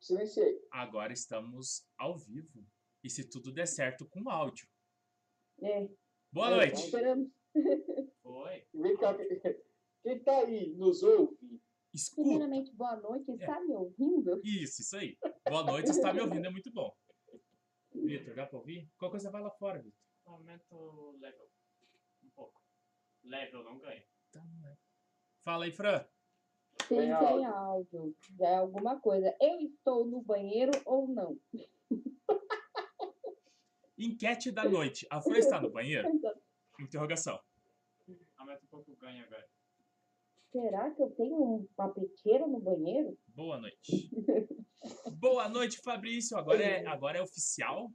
Silenciei. Agora estamos ao vivo. E se tudo der certo com o áudio. É. Boa É, noite. Esperamos. Oi. Vem cá. Quem tá aí nos ouve? Escuta. Primeiramente, boa noite. É. Está me ouvindo? Isso, isso aí. Boa noite, está me ouvindo, é muito bom. Vitor, dá pra ouvir? Qual coisa vai lá fora, Vitor? Aumenta o level. Um pouco. Level não ganha. Tá, não é. Fala aí, Fran. Tem, Tem tem áudio. áudio. Já é alguma coisa. Eu estou no banheiro ou não? Enquete da noite. A Fran está no banheiro? Interrogação. Aumenta um pouco o ganho agora. Será que eu tenho um papeteiro no banheiro? Boa noite. Boa noite, Fabrício. Agora é, agora é oficial.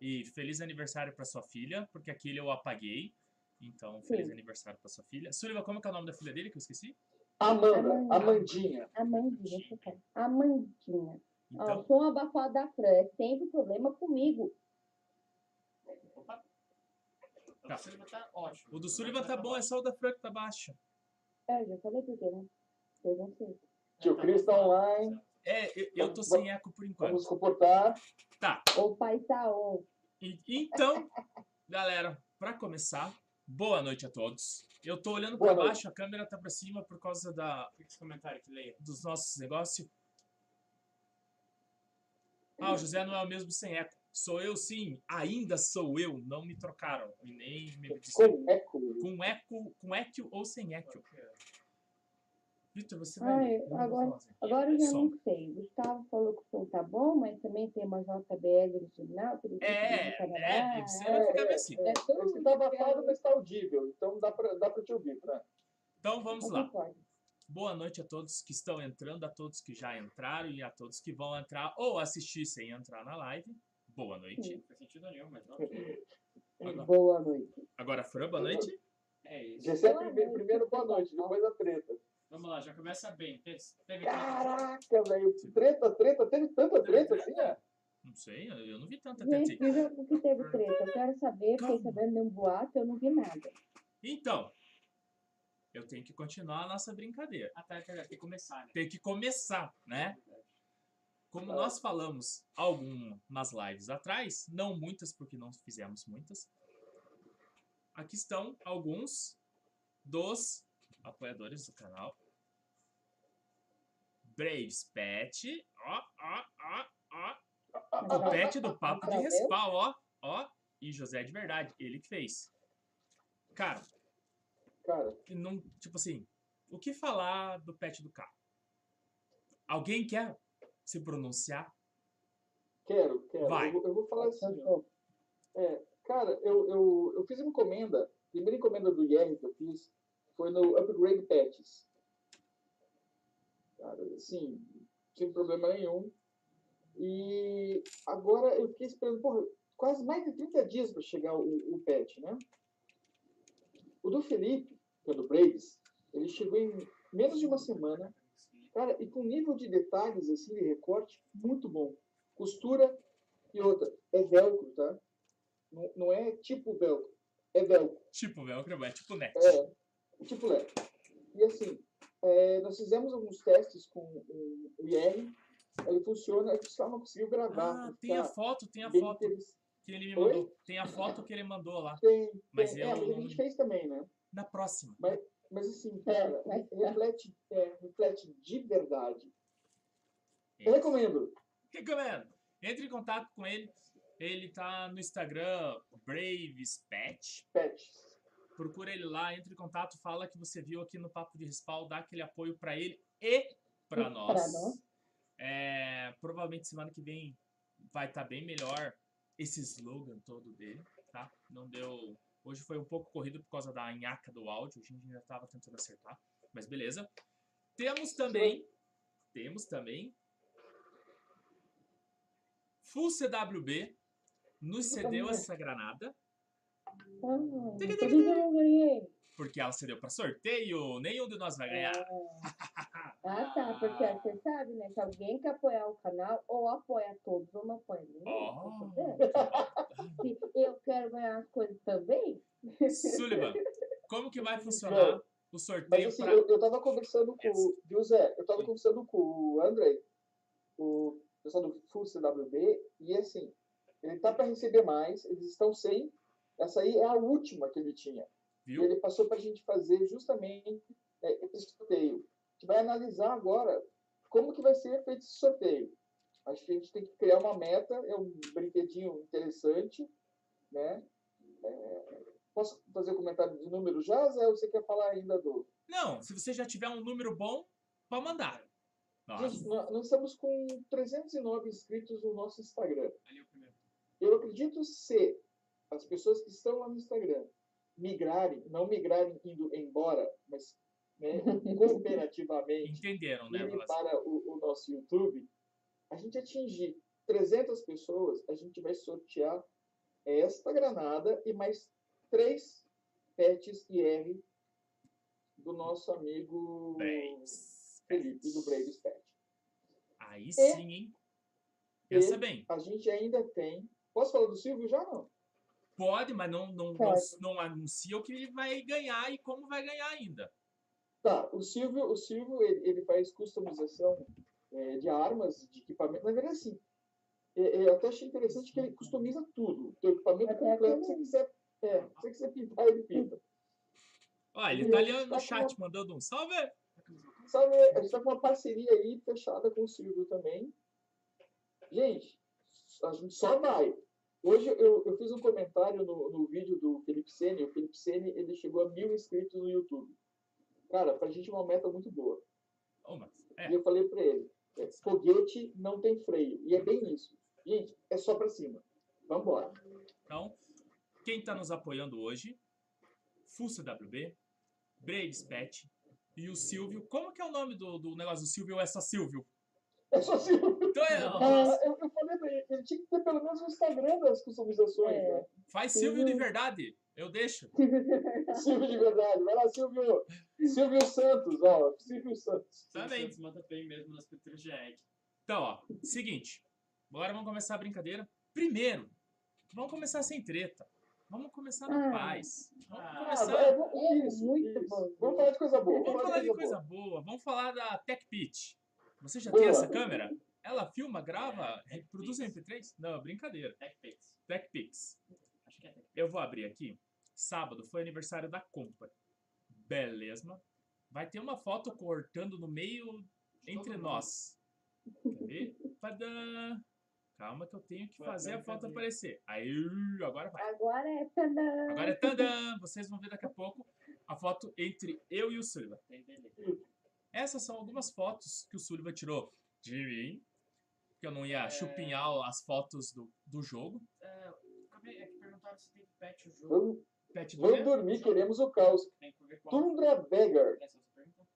E feliz aniversário para sua filha, porque aquele eu apaguei. Então, feliz Sim. aniversário para sua filha. Sullivan, como é que é o nome da filha dele que eu esqueci? Amanda, Amanda. Amandinha. Amandinha, deixa eu ver. Amandinha. Ó, Ah. Então, som abafado da Fran. É sempre problema comigo. Opa! O Tá. do Sullivan tá ótimo. o do Sullivan tá bom, é só o da Fran que tá baixo. É, eu já falei por quê, né? Eu não sei. Tio Cris tá online. É, eu, eu tô sem eco por enquanto. Vamos comportar. O pai tá on. E- Então, galera, para começar, boa noite a todos. Eu tô olhando para Boa noite. baixo, a câmera tá para cima por causa da, Fica esse comentário que leia. dos nossos negócios. Ah, o José não é o mesmo sem eco. Sou eu sim, ainda sou eu, não me trocaram. E nem me disseram. Com eco. Com eco, com eco ou sem eco. Porque Vitor, você Ah, vai. é, eu não vou agora- falar, Zé. Agora eu já Som. não sei. O Gustavo falou que o som tá bom, mas também tem uma JBL original. que ele É, tem que ir é, pra você lá. vai ficar bem assim. É tudo Você tá abafado, mas tá audível. Então dá pra, dá pra te ouvir, Fran. Então vamos Não lá. concordo. Boa noite a todos que estão entrando, a todos que já entraram e a todos que vão entrar ou assistir sem entrar na live. Boa noite. não faz sentido nenhum, mas ótimo. Agora, Boa noite. agora Fran, boa noite. É isso. Esse é Boa prime- noite. primeiro boa noite, depois a treta. Vamos lá, já começa bem. Teve teve treta. Caraca, velho. Treta, treta. Teve tanta treta assim, né? Não sei, eu eu não vi tanta até Gente, diz o que teve treta. Eu quero saber, fiquei Calma. sabendo de um boato, eu não vi nada. Então, eu tenho que continuar a nossa brincadeira. Ah, tá, tá, tem que começar, né? Tem que começar, né? Como nós falamos algumas lives atrás, não muitas, porque não fizemos muitas, aqui estão alguns dos apoiadores do canal. Braves Pet, ó, ó, ó, ó. O Pet do Papo de Pra ver? Respal, ó, ó. E José de Verdade, ele que fez. Cara, Cara, que não, tipo assim, o que falar do pet do carro? Alguém quer se pronunciar? quero, quero. Vai. Eu, vou- eu vou falar assim, Eu ó. sou. Cara, eu, eu, eu fiz uma encomenda. A primeira encomenda do IR que eu fiz foi no Upgrade Patches. Cara, assim, sem problema nenhum. E agora eu fiquei esperando, porra, quase mais de 30 dias para chegar o, o patch, né? O do Felipe, que é do Braves, ele chegou em menos de uma semana. Cara, e com nível de detalhes, assim, de recorte, muito bom. Costura e outra. É velcro, tá? Não, não é tipo velcro. É velcro. Tipo, meu, é tipo net. É. Tipo leve. E assim, é, nós fizemos alguns testes com um, o o IR. Ele funciona, é que o pessoal não conseguiu gravar. Ah, porque tem a tá foto, tem a bem foto interessante. que ele me Oi? mandou. Tem a foto que ele mandou lá. Tem, Mas um- tem. eu É, mas a não- gente fez também, né? Na próxima. Mas assim, cara, mas- reflete, é, reflete de verdade. É. Eu recomendo. Recomendo. é? Entre em contato com ele. Ele tá no Instagram, Braves Pet. Patches. Procura ele lá, entre em contato, fala que você viu aqui no Papo de Respaldo, dá aquele apoio pra ele e pra E nós. pra nós. É, provavelmente semana que vem vai estar bem melhor esse slogan todo dele, tá? Não deu. Hoje foi um pouco corrido por causa da nhaca do áudio, a gente ainda estava tentando acertar, mas beleza. Temos também, temos também Full CWB nos cedeu essa granada. Ah, por que que eu não ganhei? Porque ela cedeu para sorteio, nenhum de nós vai ganhar. É. É. Ah, tá. Porque ó, você sabe, né? Se alguém quer apoiar o canal, ou apoia todos, ou não apoia ninguém. tá Oh, entendendo? Se eu quero ganhar as coisas também, Sullivan, como que vai funcionar o Mas sorteio assim, pra- eu, eu tava conversando com. Essa. Viu, Zé? Eu tava Oi. conversando com o Andrei, o pessoal do Full CWB, e assim, ele tá para receber mais, eles estão sem. Essa aí é a última que ele tinha. E Viu? ele passou para a gente fazer justamente é, esse sorteio. A gente vai analisar agora como que vai ser feito esse sorteio. Acho que a gente tem que criar uma meta, é um brinquedinho interessante, né? É, posso fazer um comentário de número já, Zé? Ou você quer falar ainda do... Não, se você já tiver um número bom, pode mandar. Nossa. Gente, nó- nós estamos com 309 inscritos no nosso Instagram. Ali é o primeiro. Eu acredito se as pessoas que estão lá no Instagram migrarem, não migrarem indo embora, mas né, cooperativamente Entenderam, né? irem Velasco? para o, o nosso YouTube, a gente atingir 300 pessoas, a gente vai sortear esta granada e mais três pets IR do nosso amigo Braves. Felipe, do Braves Pet. Aí sim, hein? Pensa bem. A gente ainda tem... Posso falar do Silvio já, não? Pode, mas não, não, não, Pode. não anuncia o que ele vai ganhar e como vai ganhar ainda. Tá, o Silvio, o Silvio ele, ele faz customização é, de armas, de equipamento. Na verdade, assim, é- é, eu até achei interessante que ele customiza tudo. Teu equipamento Até completo, aquele- se você quiser, é, se você quiser pintar, ele pinta. Olha, ele Ele tá ali no tá chat mandando um salve. Sabe, a gente tá com uma parceria aí fechada com o Silvio também. Gente, a gente só vai. Hoje eu, eu fiz um comentário no, no vídeo do Felipe Sene. O Felipe Sene, ele chegou a mil inscritos no YouTube. Cara, pra gente é uma meta muito boa. Ô, mas, é, E eu falei pra ele, é, foguete não tem freio. E é bem isso. Gente, é só pra cima. Vambora. então, quem tá nos apoiando hoje? Fussa WB, Braves Pet e o Silvio. Como que é o nome do, do negócio do Silvio? ou É só Silvio. É só assim. Então é. Ah, eu, eu falei pra ele, ele tinha que ter pelo menos um Instagram das customizações, É. né? Faz Silvio de verdade. Eu deixo. Silvio de verdade. Vai lá, Silvio. Silvio Santos, ó. Silvio Santos. Tá bem. Santos manda bem mesmo nas pinturas de egg. Então, ó, seguinte. Agora vamos começar a brincadeira. Primeiro, vamos começar sem treta. Vamos começar na Ah. paz. Vamos Ah, Ah, começar. vai, vamos- É muito bom. Vamos falar de coisa boa. Tá Vamos falar de coisa boa. Vamos falar da Tech Pitch. Você já tem Boa. essa câmera? Ela filma, grava, É, produz MP3? Não, brincadeira. TechPix. TechPix. Acho que é TechPix. Eu vou abrir aqui. Sábado foi aniversário da compra. Beleza. Vai ter uma foto cortando no meio De todo entre mundo. nós. Quer ver? Tadã! Calma que eu tenho que Ué, fazer a foto brincadeira. aparecer. Aí, agora vai. Agora é tadã. Agora é tadã! Vocês vão ver daqui a pouco a foto entre eu e o Sullivan. Tem beleza. Essas são algumas fotos que o Sullivan tirou de mim. Que eu não ia É. chupinhar as fotos do, do jogo. É, acabei é que perguntaram se tem patch o jogo. Vamos, Pet do vamos Lê. dormir, queremos o caos. Tem que ver qual. Tundra Beggar. Essa é a sua pergunta.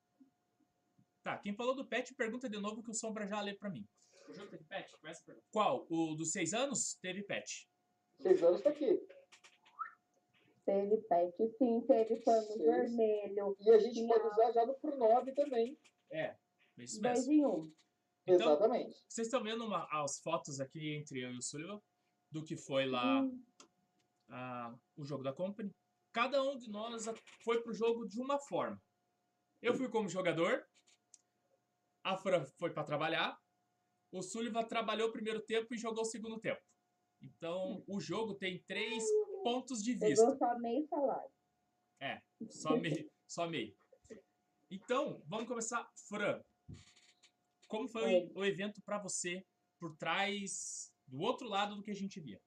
Tá, quem falou do pet, pergunta de novo que o Sombra já lê pra mim. O jogo teve patch? Foi essa a pergunta. Qual? O dos seis anos teve pet. Seis anos tá aqui. Teve pet sim, teve pano Seis. vermelho. E a gente pode usar já no Pro 9 também. É Isso Dois mesmo. em um. Então- Exatamente. Vocês estão vendo uma- as fotos aqui entre eu e o Sullivan do que foi Uhum. lá Hum, ah, o jogo da Company. Cada um de nós a- foi pro jogo de uma forma. Eu fui como jogador, a Fran foi para trabalhar, o Sullivan trabalhou o primeiro tempo e jogou o segundo tempo. Então, o jogo tem três pontos de Pegou vista. só meio salário. Só meio, só meio. Então, vamos começar. Fran, como foi Oi. o evento para você por trás do outro lado do que a gente via?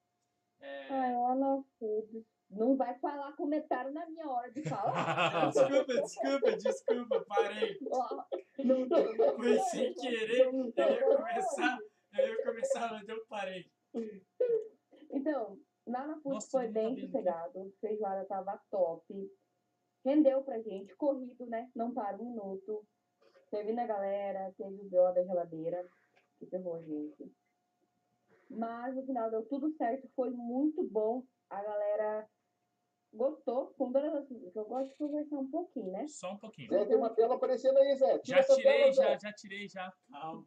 É, Ai, o Anafudo. Não vai falar comentário na minha hora de falar. desculpa, desculpa, desculpa, parei. Ó, Foi sem querer. Eu ia começar. Eu ia começar, mas eu parei. Então, lá na PUC Nossa, foi todo mundo tá bem vendo, né? sossegado, feijoada tava top, rendeu pra gente, corrido, né? Não para um minuto. Teve na galera, teve o BO da geladeira, que ferrou a gente. Mas no final deu tudo certo, foi muito bom. A galera gostou, com todas as que eu gosto de conversar um pouquinho, né? Só um pouquinho. Zé, tem uma tela aparecendo aí, Zé. Tira Já essa tirei, tela, Zé. já, já tirei, já. Calma.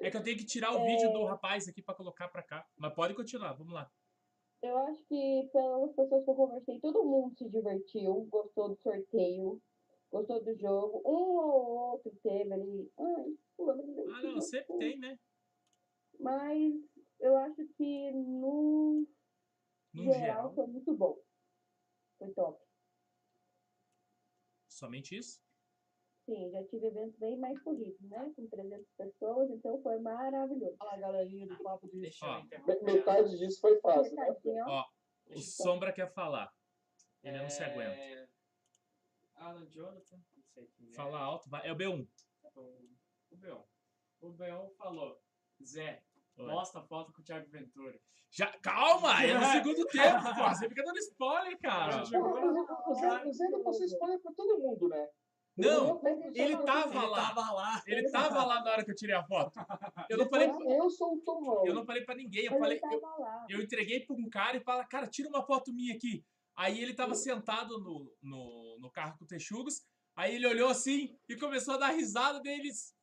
É que eu tenho que tirar o vídeo do rapaz aqui pra colocar pra cá. Mas pode continuar, vamos lá. Eu acho que pelas pessoas que eu conversei, todo mundo se divertiu, gostou do sorteio. Gostou do jogo. Um ou outro teve ali. Ai, fulano me deu Ah, esse não, jogo." sempre tem, né? Mas eu acho que no Num geral, geral. foi muito bom. Foi top. Somente isso? Sim, já tive eventos bem mais corridos, né? Com 300 pessoas, então foi maravilhoso. Fala, galerinha do papo do Deixa Deixa eu eu Me- Metade disso foi fácil, né? Recadinho, ó. Ó, O Sombra quer falar. Ele não se aguenta. É, Alan Jonathan, não sei quem é. Fala alto, vai. É o B1. O o Beon. O Beon falou, Zé, Oi. posta a foto com o Thiago Ventura. Já, calma, é no segundo tempo, pô. Você fica dando spoiler, cara. Não, Pô, mas o- o Zé- O Zé não passou spoiler pra todo mundo, né? Não, Eu- ele tava Ele lá. tava lá. Ele tava lá na hora que eu tirei a foto. Eu não falei, Eu sou o Tom Holland. eu não falei pra ninguém. Eu Mas falei, ele tava eu, lá. eu entreguei pra um cara e fala, cara, tira uma foto minha aqui. Aí ele tava sentado no, no, no carro com o Texugos. Aí ele olhou assim e começou a dar risada deles.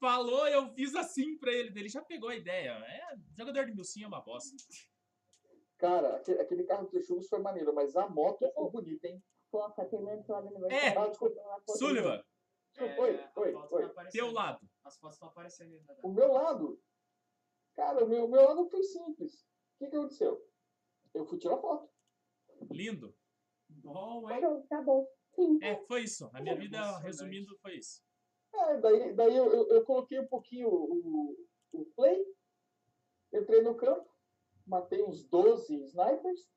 Falou, eu fiz assim pra ele. Ele já pegou a ideia. É, jogador de milcinha é uma bosta. Cara, aquele, aquele carro do Churros foi maneiro, mas a moto ficou bonita, hein? Foca, terminando lá do É, aniversário. Ah, desculpa, lá, foi- Sullivan, desculpa. Oi, a oi, foto tá oi. aparecendo. teu lado. As fotos estão aparecendo ainda. né? O meu lado, cara, o meu, o meu lado foi simples. O que, que aconteceu? Eu fui tirar foto. Lindo. Bom, hein? Parou, tá bom. Sim. É, foi isso. A minha vida, Emocionante. resumindo, foi isso. É, daí daí eu, eu, eu coloquei um pouquinho o, o play, entrei no campo, matei uns 12 snipers.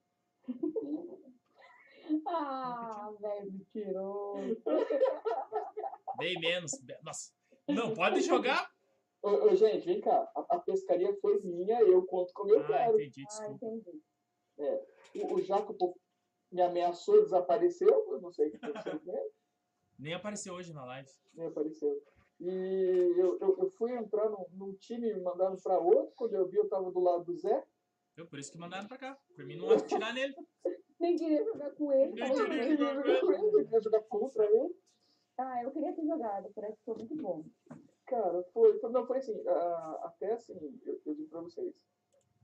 Ah, velho, me tirou. Bem menos. be- Nossa. Não, pode jogar? Ô, ô, gente, vem cá. A, a pescaria foi minha, eu conto como eu Ah, quero. entendi, Ah, desculpa. entendi. O, o Jacopo me ameaçou, desapareceu. Eu não sei o que aconteceu com ele. Nem apareceu hoje na live. né, apareceu. E eu, eu, eu fui entrar num, num time, me mandaram para outro. Quando eu vi, eu tava do lado do Zé. Eu, por isso que mandaram pra cá. Pra mim não atirar nele. Nem queria jogar com ele. Nem Eu não queria. também. queria jogar com ele, eu queria jogar contra ele. Ah, eu queria ter jogado, parece que foi muito bom. Cara, foi, foi- não, foi assim, a- até assim, eu, eu digo para vocês.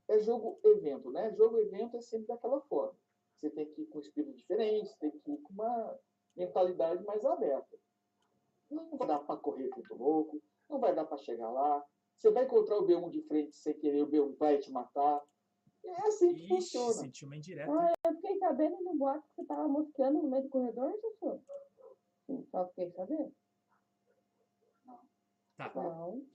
É jogo-evento, né? Jogo-evento é sempre daquela forma. Você tem que ir com um espírito diferente, você tem que ir com uma mentalidade mais aberta. Não vai dar para correr feito louco, não vai dar para chegar lá. Você vai encontrar o B1 de frente sem querer, o B1 vai te matar. É assim que Ixi, funciona. senti uma indireta. Eu fiquei sabendo no boato que você tava mosqueando no meio do corredor, Jussô. Sim, só fiquei sabendo. Tá. Não.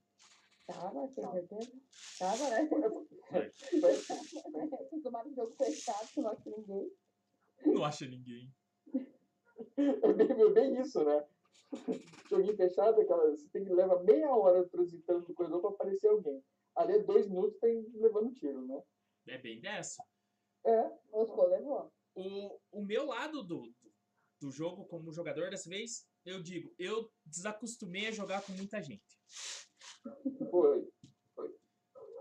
Tava, tem certeza? Tava, né? Vocês tomaram o jogo fechado, que não acho ninguém. Não acha ninguém. É bem, é bem isso, né? Joguinho fechado, aquela, você tem que levar meia hora transitando no corredor para aparecer alguém. Ali é dois minutos tem levando tiro, né? É bem dessa. É, Moscou levou. O, o meu lado do, do jogo como jogador dessa vez, eu digo, eu desacostumei a jogar com muita gente. foi.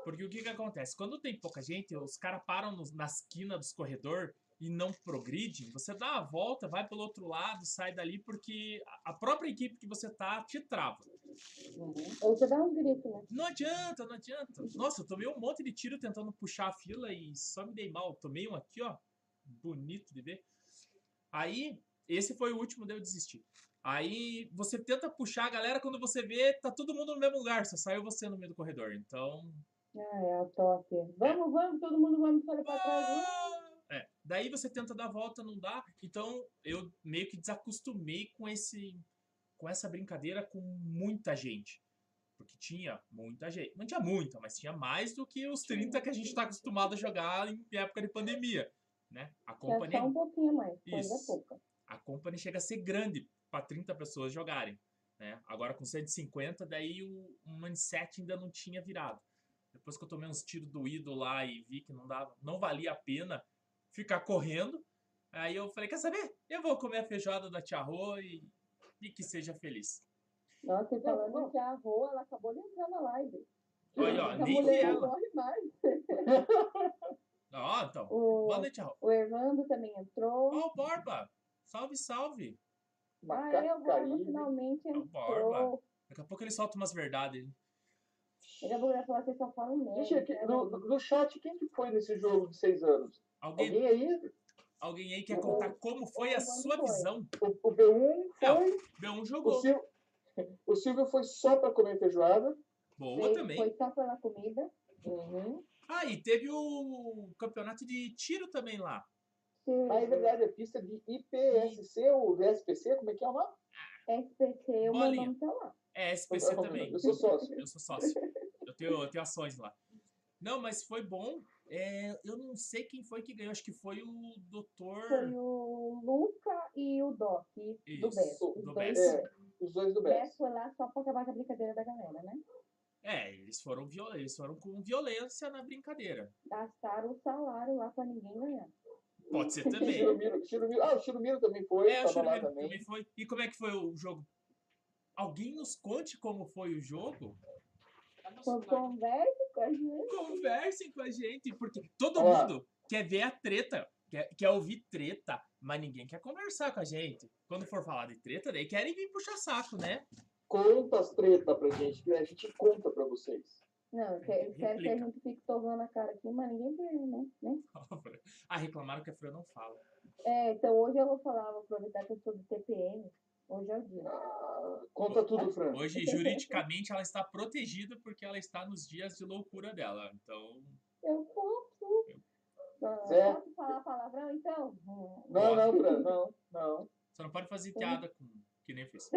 Porque o que que acontece? Quando tem pouca gente, os caras param nos- na esquina dos corredor e não progridem, você dá a volta, vai pelo outro lado, sai dali, porque a- a própria equipe que você tá te trava. Uhum. Ou você dá um grito, né? Não adianta, não adianta. Nossa, eu tomei um monte de tiro tentando puxar a fila e só me dei mal. Tomei um aqui, ó. Bonito de ver. Aí, esse foi o último de eu desistir. Aí você tenta puxar a galera, quando você vê, tá todo mundo no mesmo lugar, só saiu você no meio do corredor. Então, Ah, é a top. Vamos, vamos, todo mundo vamos olha pra trás. né? É, daí você tenta dar a volta, não dá. Então eu meio que desacostumei com esse com essa brincadeira com muita gente. Porque tinha muita gente. Não tinha muita, mas tinha mais do que os 30 que a gente tá acostumado a jogar em época de pandemia, né? A Que é companhia só um pouquinho a mais, coisa Isso. pouca. a company chega a ser grande para 30 pessoas jogarem. Né? Agora com 150, daí o, o mindset ainda não tinha virado. Depois que eu tomei uns tiros doído lá e vi que não dava, não valia a pena ficar correndo, aí eu falei, quer saber? Eu vou comer a feijoada da tia Rô e, e que seja feliz. Nossa, Não, e assim, falando não. que a Rô, ela acabou de entrar na live. Olha, ó, a nem mulher ela. não morre mais. Ó, então, O, boa noite, tia Rô. o Ervando também entrou. Ó, o Borba! Salve, salve! Ah, Macaco é, o Borba caído. finalmente o entrou. Borba. Daqui a pouco ele solta umas verdades. Ele vai falar que só fala merda. né? Gente, aqui, no, no chat, quem que foi nesse jogo de seis anos? Alguém, Alguém aí? Alguém aí quer contar como foi a sua visão? O, o B1 foi. B1 O, jogou. Sil- o Silvio foi só pra comer feijoada. Boa Foi- também. Foi só pela comida. Uhum. Ah, e teve o campeonato de tiro também lá. Aí, Sim. na Ah, é verdade, a pista de IPSC ou VSPC, como é que é o nome? SPC, o meu Bolinha. nome tá lá. É, SPC Eu- também. Eu sou sócio. Eu sou sócio. Eu tenho, eu tenho ações lá. Não, mas foi bom. É, eu não sei quem foi que ganhou. Acho que foi o Foi doutor. o Luca e o Doc Isso, É. do do Beto. Os dois Beto. foram. É, Os dois do O Beto BES. foi lá só pra acabar com a brincadeira da galera, né? É, eles foram, viol... eles foram com violência na brincadeira. Gastaram o salário lá pra ninguém ganhar. Pode O ser também. Chirumiro, Chirumiro- ah, o Chirumiro também foi, É, o tava lá Churumelo também. também foi. E como é que foi o jogo? Alguém nos conte como foi o jogo? Então, converse com a gente. Conversem com a gente, porque todo Ó. mundo quer ver a treta, quer, quer ouvir treta, mas ninguém quer conversar com a gente. Quando for falar de treta, daí querem vir puxar saco, né? Conta as treta pra gente, que a gente conta pra vocês. Não, eu quero, eu quero que a Replica. gente fique torrando a cara aqui, mas ninguém ganha, né? né? ah, reclamaram que a Fran não fala. É, então hoje eu vou falar, vou aproveitar que eu sou do TPM. Hoje é o dia. Ah, conta tudo, Fran. Hoje, juridicamente, ela está protegida porque ela está nos dias de loucura dela. Então, Eu posso. Ah, Zé. Posso falar palavrão, então? Hum. Não, não, Fran, não, não. só não pode fazer piada com que nem eu fiz.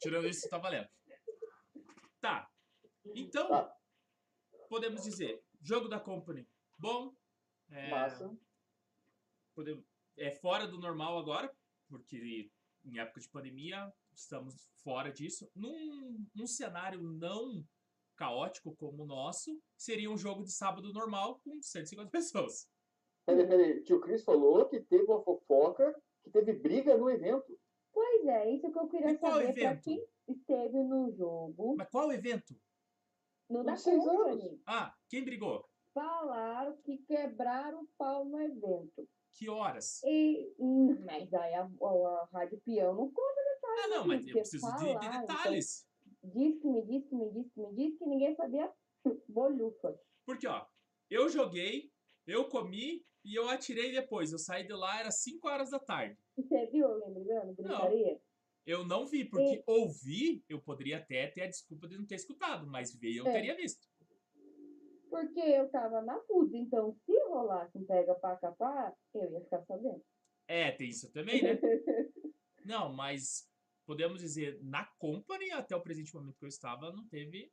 Tirando isso, tá valendo. Tá. Então, Tá. podemos dizer, jogo da Company, bom. É, Massa. podemos- é fora do normal agora, porque em época de pandemia estamos fora disso. Num, num cenário não caótico como o nosso, seria um jogo de sábado normal com 150 pessoas. Peraí, peraí. Tio Cris falou que teve uma fofoca, que teve briga no evento. Pois é, isso que eu queria E qual saber pra evento? quem esteve no jogo, Mas qual evento? no da Nos seis Company. Ah, quem brigou? Falaram que quebraram o pau no evento. Que horas? E, hum, mas aí a, a, a Rádio Peão não conta Ah, não, mas eu preciso de- de, falar, detalhes. Diz que me disse, que me disse, que me disse que ninguém sabia bolhufa. Porque, ó, eu joguei, eu comi e eu atirei depois. Eu saí de lá, era 5 horas da tarde. Você viu alguém brigando? Gritaria? Eu não vi, porque ouvi, eu poderia até ter a desculpa de não ter escutado, mas ver eu É. teria visto. Porque eu tava na puta, então se rolasse um pega pra capar, eu ia ficar sabendo. É, tem isso também, Uhum. né? não, mas podemos dizer, na Company, até o presente momento que eu estava, não teve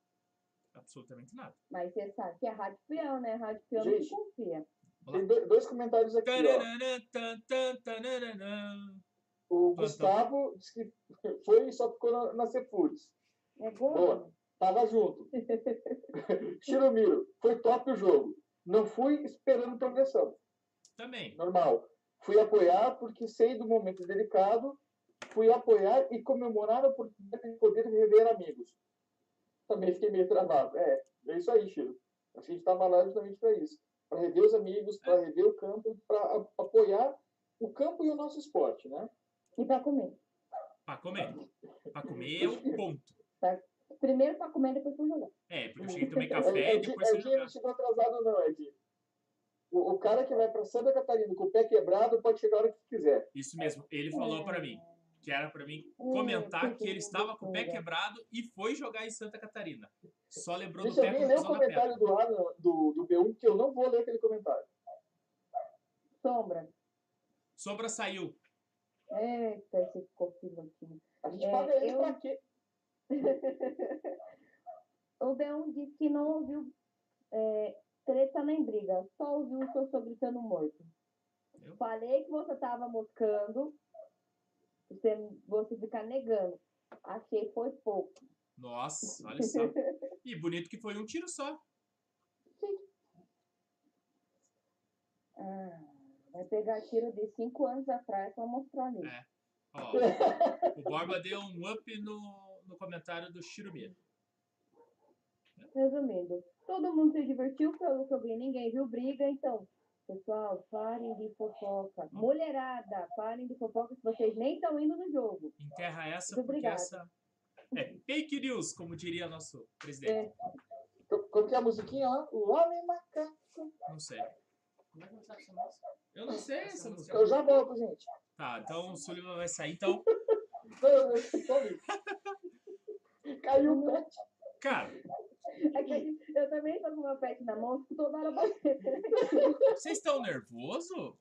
absolutamente nada. Mas você sabe que é Rádio Peão, né? Rádio Peão não Gente. confia. Tem do- dois comentários aqui, ó. Tararana, tan, tan, tararana. O Plantão. Gustavo disse que foi e só ficou na, na Cepudes. É gordo. Tava junto. Chiromiro, foi top o jogo. Não fui esperando progressão. Também. Normal. Fui apoiar porque sei do momento delicado. Fui apoiar e comemorar a oportunidade de poder rever amigos. Também fiquei meio travado. É, é isso aí, Chiro. Acho que a gente estava lá justamente para isso. Para rever os amigos, para rever o campo, para apoiar o campo e o nosso esporte, né? E pra comer. Pra comer. Pra comer é o ponto. Primeiro pra comer, depois pra jogar. É, porque eu cheguei e tomei É, café e Edinho- depois fui Edinho não jogar. chegou atrasado, não, Edinho. O, o cara que vai para Santa Catarina com o pé quebrado pode chegar a hora que quiser. Isso mesmo, É. ele falou pra mim que era pra mim Hum, comentar que ele estava com o pé quebrado e foi jogar em Santa Catarina. Só lembrou do Deixa pé eu né, nem com ler o na perna. comentário do, Alan- do, do B1, que eu não vou ler aquele comentário. Sombra. Sombra saiu. Eita, esse copilo aqui. A gente É, paga ele eu- pra quê? O Beão disse um que não ouviu é, treta nem briga, só ouviu o Sossô gritando morto. Eu? Falei que você tava moscando, você, você ficar negando. Achei foi pouco. Nossa, olha só. E bonito que foi um tiro só. Ah, vai pegar tiro de cinco anos atrás pra mostrar ali. É. Ó, o Borba deu um up no, no comentário do Chirumiro. Resumindo, todo mundo se divertiu, pelo que eu vi, ninguém viu briga, então, pessoal, parem de fofoca. Mulherada, parem de fofoca se vocês nem estão indo no jogo. Enterra essa Muito porque obrigada. essa é fake news, como diria nosso presidente. Co- Como que é a musiquinha lá? O Homem Macaco. Não sei. Como é que eu trago essa música? Eu não sei essa Essa música. Eu já volto, gente. Tá, então o Sullivan vai sair. Então, Não, eu tô ali. Caiu o pet. cara, É que eu também tô com uma pet na mão, fico toda hora batendo. vocês estão nervoso?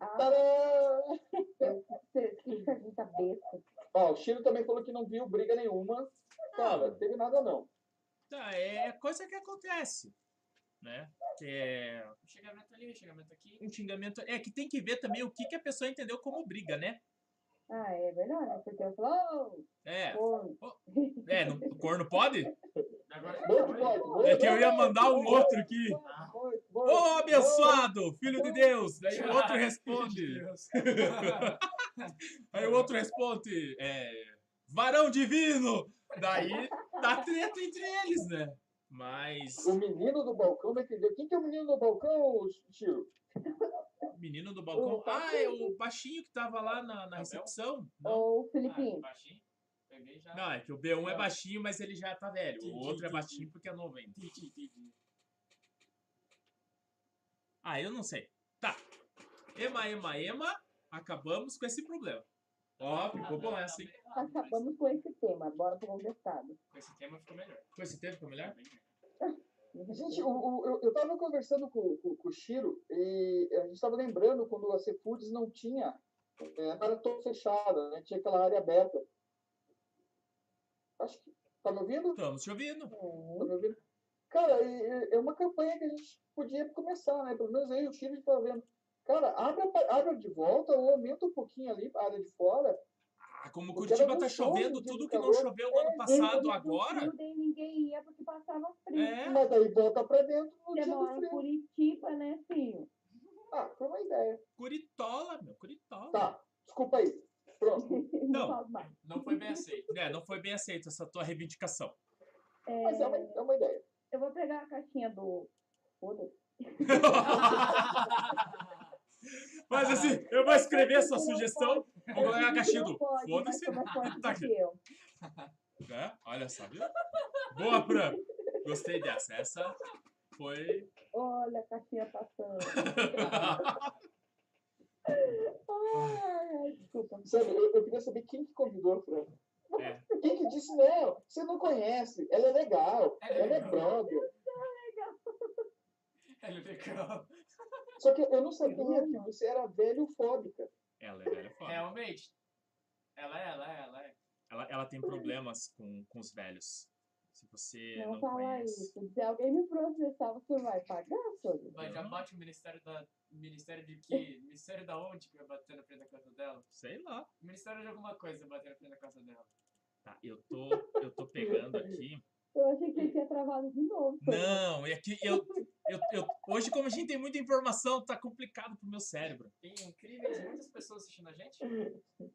Ah, Tadã! você que pergunta besta. Ó, o Chiro também falou que não viu briga nenhuma. Cara, não teve nada não. Tá, é coisa que acontece, né? Que é Chegamento ali, chegamento aqui. um xingamento. É que tem que ver também o que, que a pessoa entendeu como briga, né? Ah, é verdade, porque eu falo, É, oh, pô, é, no, corno pode? Agora Muito pode. É que eu ia mandar um outro aqui. Muito Ô, bom. abençoado, filho de Deus! Daí o outro responde. Aí o outro responde, é, varão divino! Daí dá treta entre eles, né? Mas O menino do balcão vai entender. Quem que é o menino do balcão, Chiro? o menino do balcão. Ah, é o baixinho que tava lá na, na recepção. Não. ô, Ah, Filipinho. baixinho. Peguei já. Não, é que o B1 é baixinho, mas ele já tá velho. O Entendi, outro é entendi. baixinho porque é novo ainda. Entendi, entendi. Ah, eu não sei. Tá. Ema, ema, ema. Acabamos com esse problema. Ah, Ó, ficou bom essa, tá hein? acabamos com esse tema, bora pro contestado. Com esse tema ficou melhor. é. Com esse tempo ficou melhor? Bem melhor. Gente, o- o- eu, eu tava conversando com, com, com o Chiro e a gente tava lembrando quando a Cefoods não tinha é, era toda fechada, né? Tinha aquela área aberta. Acho que. Tá me ouvindo? Estamos te ouvindo. Tá me ouvindo? Cara, e- e- é uma campanha que a gente podia começar, né? Pelo menos aí o Chiro tá vendo. Cara, abre, a pa- abre de volta ou aumenta um pouquinho ali a área de fora. Ah, como Porque Curitiba era tá um show chovendo, de tudo que não calor. choveu no um ano passado agora. Daí ninguém ia porque passava frio. É. Mas daí volta pra dentro no Você dia do mora em frio. Curitiba, né, filho? Ah, foi uma ideia. Curitola, meu, Curitola. Tá, desculpa aí. Pronto. Não. falo mais. Não foi bem assim. aceito. É, não foi bem aceita essa tua reivindicação. É, Mas é uma, é uma ideia. Eu vou pegar a caixinha do. Foda-se. Mas assim, eu vou escrever essa sugestão. Vou colocar a caixinha do. Foda-se. Tá Foda-se. aqui. um né? Olha só, viu? Boa, Fran. Gostei dessa. Essa foi. Olha a caixinha passando. Ai, desculpa. Sabe, eu, eu queria saber quem que convidou a Fran. É. Quem que disse, não, você não conhece, ela é legal, Ela é ela é legal." brother. Ele legal. Só que eu não sabia que você era velhofóbica. Ela é velha foda. Realmente. Ela é, ela é, ela é. Ela, ela tem problemas com, com os velhos. Se você não, Não fala conhece. isso. Se alguém me processar, você vai pagar, Sônia? Mas Uhum. já bate o Ministério da. Ministério de que? Ministério da onde que vai bater na frente da casa dela? Sei lá. Ministério de alguma coisa bater na frente da casa dela. Tá, eu tô, eu tô pegando aqui. Eu achei que ele tinha travado de novo. Sônia. Não, é que eu, eu, eu. Hoje, como a gente tem muita informação, tá complicado pro meu cérebro. Tem incríveis muitas pessoas assistindo a gente?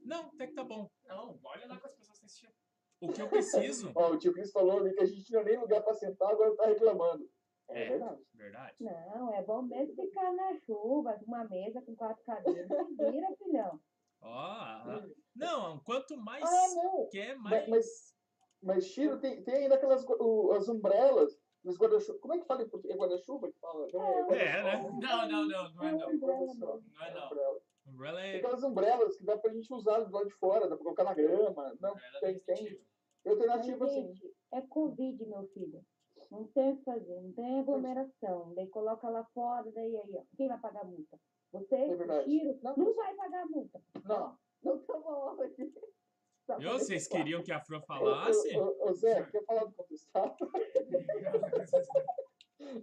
Não, até que tá bom. Não, olha lá quantas pessoas têm assistindo. O que eu preciso. Ó, o tio Cris falou ali que a gente não tinha nem lugar pra sentar, agora tá reclamando. É, É. verdade. Verdade. Não, é bom mesmo ficar na chuva, numa mesa com quatro cadeiras. Se Vira, filhão. Ó. a- não, quanto mais Ah, não. quer, Mas, mais. mas, mas Chiro, tem, tem ainda aquelas gu- o- as umbrelas, os guarda-chuva. Como é que fala em português? É guarda-chuva que fala? Não, É, É, né? Não, não, não, não é não. guarda-sol, não. Não é é não. umbrella. Umbrella Tem é. aquelas umbrelas que dá pra gente usar do lado de fora, dá pra colocar na grama. Não, Ela é tem, tem tem. sentido. Alternativa, assim. Gente, é Covid, meu filho. Não tem o que fazer, não tem aglomeração. Daí coloca lá fora, daí aí, ó. Quem vai pagar a multa? Você, verdade. Tiro, Não. não, vai pagar a multa. Não. tá Não tomou hoje. Só Viu? pra Vocês deixar queriam que a Fran Ô, ô, falasse? ô, ô, Zé, quer falar do contestado?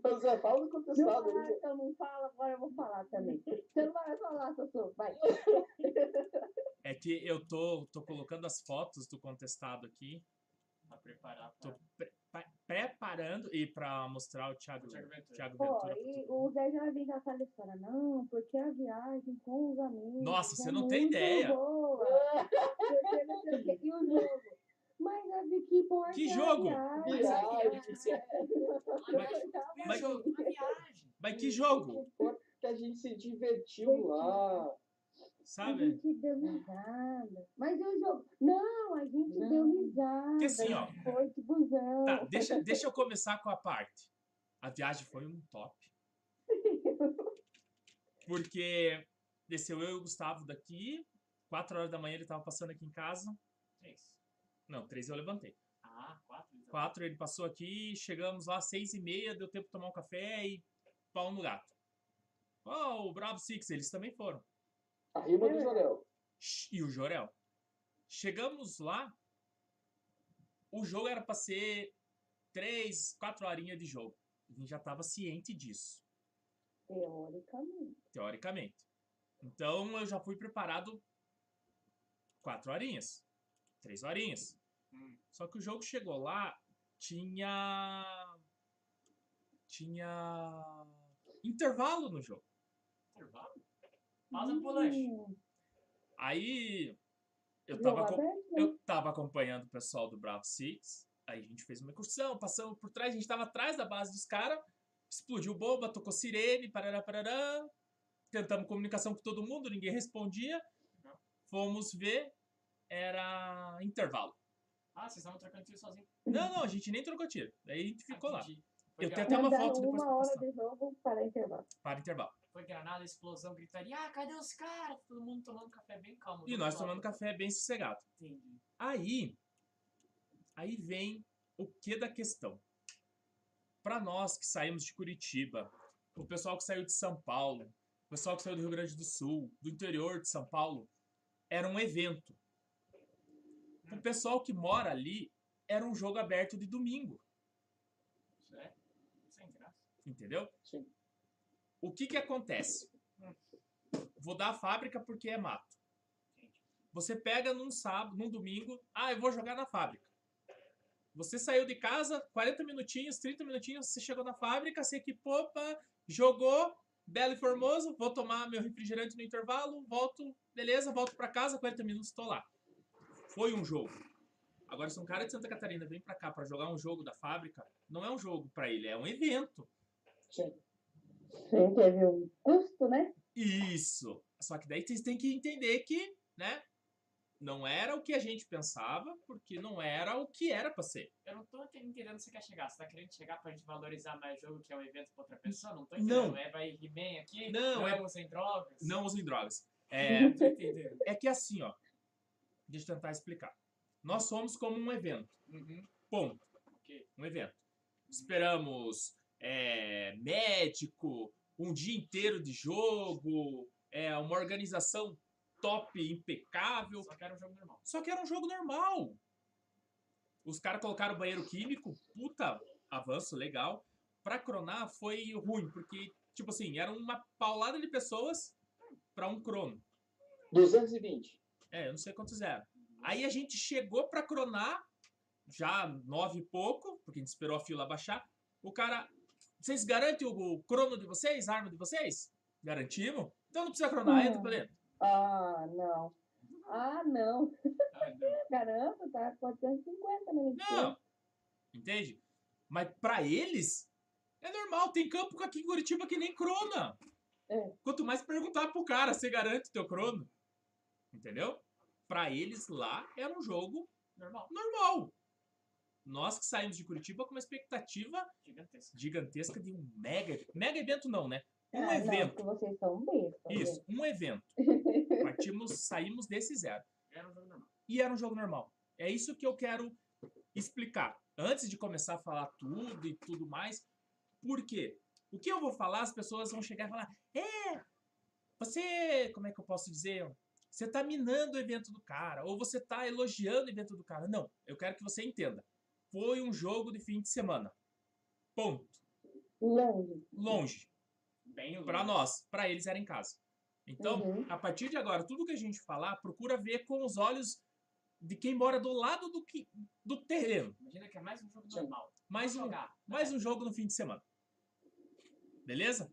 Ô, Zé, fala do claro. contestado né? Não fala, aí. então não fala, agora eu vou falar também. Você não vai falar, Sassu, vai. É que eu tô, tô colocando as fotos do contestado aqui, Pra preparar pra... Tô pa- preparando e pra mostrar o Thiago, O Thiago Ventura. Thiago Pô, Ventura. e o Zé já vem da sala e fala, não, porque a viagem com os amigos. Nossa, você é não tem muito ideia. boa, porque não sei o quê." E o jogo? Mas a de que importa Que é a jogo? viagem. Mas a é viagem, Mas- jogo, um uma viagem. Mas que jogo, Que a gente se divertiu lá. A sabe? gente deu risada. Mas e o jogo? Não, a gente deu risada. Porque assim, ó. Foi de busão. Tá, deixa, deixa eu começar com a parte. A viagem foi um top. Porque desceu eu e o Gustavo daqui, 4 horas da manhã ele tava passando aqui em casa. É isso. Não, 3 eu levantei. Ah, quatro? então. 4 ele passou aqui, chegamos lá 6 e meia, deu tempo de tomar um café e pau no gato. Oh, o Bravo Six, eles também foram. A rima do Jorel. Ch- e o Jorel. Chegamos lá, o jogo era pra ser 3, 4 horinhas de jogo. A gente já tava ciente disso, Teoricamente. teoricamente. Então eu já fui preparado 4 horinhas, 3 horinhas. Hum. Só que o jogo chegou lá, tinha. Tinha. Intervalo no jogo. Intervalo? Pausa pro lanche. Hum, Aí eu jogo tava, acom- aberto? eu tava acompanhando o pessoal do Bravo Six. Aí a gente fez uma incursão, passamos por trás, a gente tava atrás da base dos caras, explodiu bomba, tocou sirene, parará, parará. Tentamos comunicação com todo mundo, ninguém respondia. Fomos ver, era intervalo. Ah, vocês estavam trocando tiro sozinhos. Não, não, a gente nem trocou tiro. Daí a gente Ah, ficou lá. entendi. Foi, Eu tenho gra- até uma mandaram foto depois pra uma hora postar. de jogo para intervalo. Para intervalo. foi granada, explosão, gritaria. Ah, cadê os caras? Todo mundo tomando café bem calmo. E nós tomando café bem sossegado. Entendi. Aí, aí vem o que da questão. Pra nós que saímos de Curitiba, o pessoal que saiu de São Paulo, o pessoal que saiu do Rio Grande do Sul, do interior de São Paulo, era um evento. Pro pessoal que mora ali, era um jogo aberto de domingo, Isso é? Sem graça. entendeu? Sim. O que que acontece? Vou dar a fábrica porque é mato. Você pega num sábado, num domingo, ah, eu vou jogar na fábrica. Você saiu de casa, 40 minutinhos, 30 minutinhos, você chegou na fábrica, se equipou, pá, jogou, belo e formoso, vou tomar meu refrigerante no intervalo, volto, beleza, volto pra casa, 40 minutos, tô lá. Foi um jogo. Agora, se um cara de Santa Catarina vem pra cá pra jogar um jogo da fábrica, não é um jogo pra ele, é um evento. Sim, teve um custo, né? Isso. Só que daí vocês têm que entender que, né? Não era o que a gente pensava, porque não era o que era pra ser. Eu não tô ente- entendendo onde você quer chegar. Você tá querendo chegar pra gente valorizar mais jogo que é um evento pra outra pessoa? Não tô entendendo. Não. É vai He-Man aqui? Não, não é- é um sem drogas? Não usem drogas. É, Não tô entendendo. é que assim, ó. Deixa eu tentar explicar. Nós somos como um evento. Uhum. Ponto. Ok. Um evento. Esperamos é, médico, um dia inteiro de jogo, é, uma organização top, impecável. Só quero um jogo normal. Só que era um jogo normal. Os caras colocaram banheiro químico, puta, avanço legal. Pra cronar foi ruim, porque, tipo assim, era uma paulada de pessoas pra um crono. 220. É, eu não sei quantos eram. Aí a gente chegou pra cronar, já nove e pouco, porque a gente esperou a fila baixar. O cara, vocês garantem o crono de vocês, a arma de vocês? Garantimos? Então não precisa cronar, entra pra dentro. Ah, não. Ah, não. Ah, não. Garanto, tá? 450 minutos. Não! um Entende? Mas pra eles, é normal. Tem campo aqui em Curitiba que nem crona. É. Quanto mais perguntar pro cara, você garante teu crono. Entendeu? Pra eles lá era um jogo Normal. normal. Nós que saímos de Curitiba com uma expectativa Gigantesco. gigantesca de um mega. Mega evento não, né? Um Ah, Não, evento. porque vocês são bestas. Isso, um evento. Partimos, saímos desse zero Era um jogo normal. e era um jogo normal. É isso que eu quero explicar. Antes de começar a falar tudo e tudo mais, por quê? O que eu vou falar, as pessoas vão chegar e falar: é, você, como é que eu posso dizer? Você tá minando o evento do cara, ou você tá elogiando o evento do cara. Não, eu quero que você entenda. Foi um jogo de fim de semana. Ponto. Longe. tá, Longe. Bem Pra louco. nós, pra eles era em casa. Então, Uhum. a partir de agora, tudo que a gente falar, procura ver com os olhos de quem mora do lado do que do terreno. Imagina que é mais um jogo Sim. normal. Mais um, jogar. mais um jogo no fim de semana. Beleza?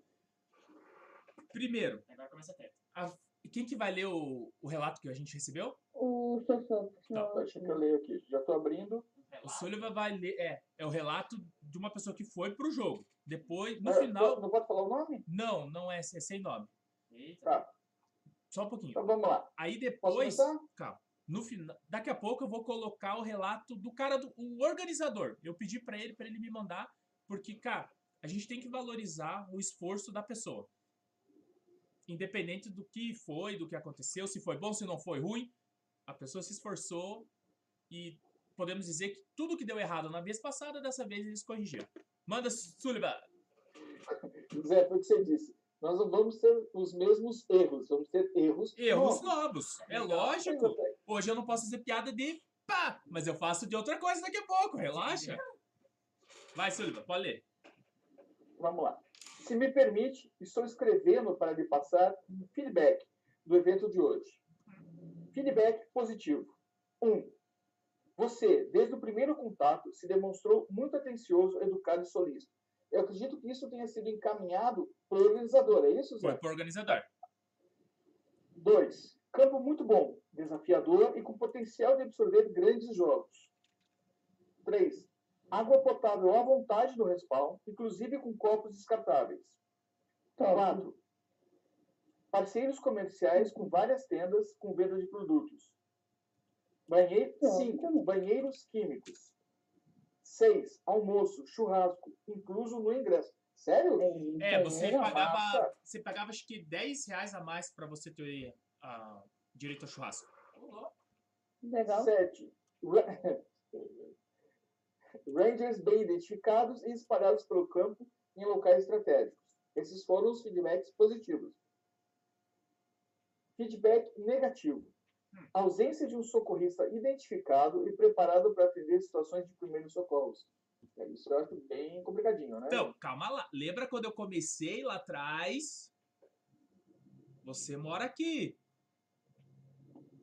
Primeiro, Agora começa a ter. a- quem que vai ler o, o relato que a gente recebeu? O Sossô. Tá, Deixa que eu leio aqui. Já tô abrindo. Um O relato. Sullivan vai ler, é, é o relato de uma pessoa que foi pro jogo. Depois, no Ah, final, po- Não pode falar o nome? não, não é, é sem nome. Eita. Tá. Só um pouquinho. Então vamos lá. Aí Posso depois, começar? calma. No final, daqui a pouco eu vou colocar o relato do cara do o organizador. Eu pedi pra ele para ele me mandar, porque cara, a gente tem que valorizar o esforço da pessoa. independente do que foi, do que aconteceu, se foi bom, se não foi ruim, a pessoa se esforçou e podemos dizer que tudo que deu errado na vez passada, dessa vez eles corrigiram. Manda, Sullivan! Zé, foi o que você disse. Nós não vamos ter os mesmos erros, vamos ter erros. Erros novos. novos, é lógico. Hoje eu não posso fazer piada de pá, mas eu faço de outra coisa daqui a pouco, relaxa. Vai, Sullivan, pode ler. Vamos lá. Se me permite, estou escrevendo para lhe passar um feedback do evento de hoje. Feedback positivo. 1. Um, você, desde o primeiro contato, se demonstrou muito atencioso, educado e solista. Eu acredito que isso tenha sido encaminhado pelo organizador, é isso, Foi Zé? pro organizador. 2. Campo muito bom, desafiador e com potencial de absorver grandes jogos. 3. Água potável à vontade no respawn, inclusive com copos descartáveis. Top. 4. Parceiros comerciais com várias tendas com venda de produtos. Banhe... Top 5. também. Banheiros químicos. 6. Almoço, churrasco, incluso no ingresso. Sério? né? Então, É, você pagava, massa. você pagava acho que 10 reais a mais pra você ter ah, direito a churrasco. Ô, louco. Legal. 7. Rangers bem identificados e espalhados pelo campo em locais estratégicos. Esses foram os feedbacks positivos. Feedback negativo. Hum. Ausência de um socorrista identificado e preparado para atender situações de primeiros socorros. É, Isso eu acho bem complicadinho, né? Então, calma lá. Lembra quando eu comecei lá atrás? Você mora aqui.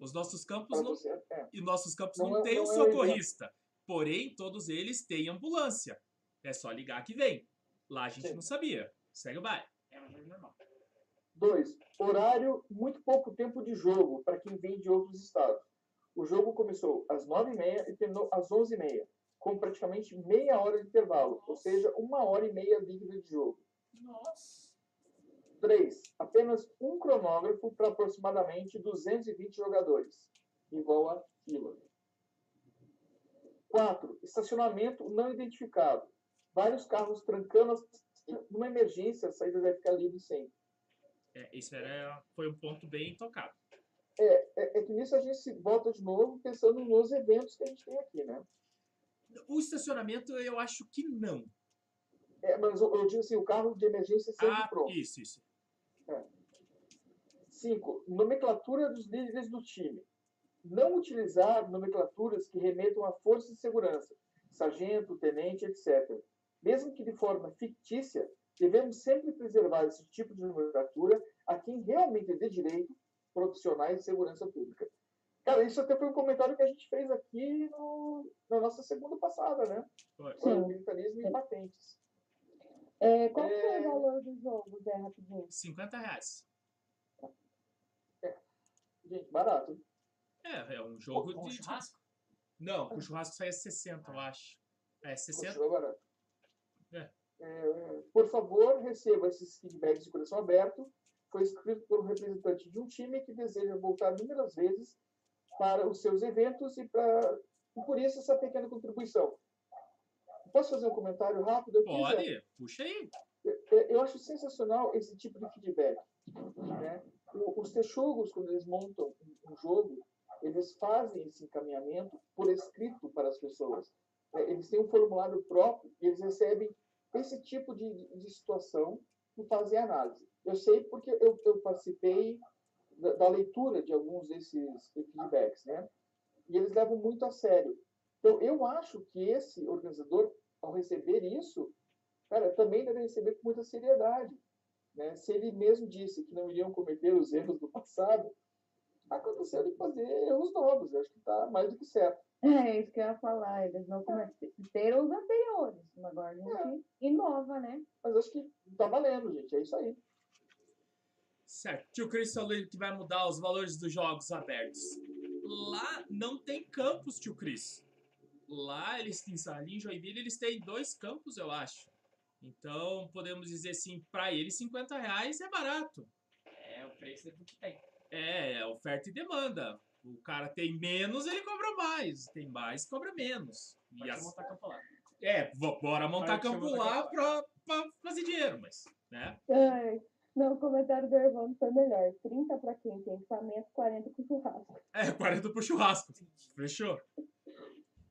Os nossos Pra campos não, você, é. e nossos campos Não não, é- têm um não é o ideal. socorrista. Porém, todos eles têm ambulância. É só ligar que vem. Lá a gente Sim. não sabia. Segue o baile. É um uma coisa normal. 2. Horário, muito pouco tempo de jogo para quem vem de outros estados. O jogo começou às 9h30 e terminou às 11h30, com praticamente meia hora de intervalo, ou seja, uma hora e meia líquida de jogo. Nossa. 3. Apenas um cronógrafo para aproximadamente 220 jogadores, igual a fila. 4. Estacionamento não identificado. Vários carros trancando as... numa emergência, a saída deve ficar livre sempre. É, isso era, foi um ponto bem tocado. É, é que nisso a gente se volta de novo pensando nos eventos que a gente tem aqui, né? O estacionamento eu acho que não. É, mas eu, eu digo assim, o carro de emergência sempre Ah, pronto. isso, isso. Cinco, nomenclatura dos líderes do time. Não utilizar nomenclaturas que remetam à força de segurança, sargento, tenente, etc. Mesmo que de forma fictícia, devemos sempre preservar esse tipo de nomenclatura a quem realmente é de direito, profissionais de segurança pública. Cara, isso até foi um comentário que a gente fez aqui no, na nossa segunda passada, né? Foi. Sobre o militarismo e patentes. É, qual É. foi o valor do jogo, Zé, rapidinho? 50 reais. Gente, barato. É, é um jogo Com de. churrasco? Ah. Não, com churrasco sai 60, eu acho. É, 60. Continua barato. É. É, por favor, receba esses feedbacks de coração aberto. Foi escrito por um representante de um time que deseja voltar inúmeras vezes para os seus eventos e, pra... e por isso essa pequena contribuição. Posso fazer um comentário rápido? aqui, Zé? Pode, puxa aí. É, Eu acho sensacional esse tipo de feedback. Né? O- Os texugos, quando eles montam um- um jogo, eles fazem esse encaminhamento por escrito para as pessoas. É, Eles têm um formulário próprio e eles recebem esse tipo de, de situação e fazem análise. Eu sei porque eu, eu participei da, da leitura de alguns desses feedbacks, né? E eles levam muito a sério. Então, eu acho que esse organizador, ao receber isso, cara, também deve receber com muita seriedade. Né? Se ele mesmo disse que não iriam cometer os erros do passado, aconteceu de fazer erros novos. Eu acho que está mais do que certo. É isso que eu ia falar. Eles não cometeram os anteriores. mas Agora a gente inova, né? Mas acho que está valendo, gente. É isso aí. Certo. Tio Chris falou que vai mudar os valores dos jogos abertos. Lá não tem campus, tio Chris. Lá eles têm ali em Joinville, eles têm dois campos, eu acho. Então, podemos dizer assim, pra eles 50 reais é barato. É o preço do que tem. É, é oferta e demanda. O cara tem menos, ele cobra mais. Tem mais, cobra menos. E Pode as- montar campo lá. É, vo- bora montar Partiu, campo montar lá campo pra, pra fazer dinheiro, mas, né? Ai, Não, o comentário do Evandro foi melhor. 30 pra quem tem equipamento, 40 pro churrasco. É, 40 pro churrasco. Fechou?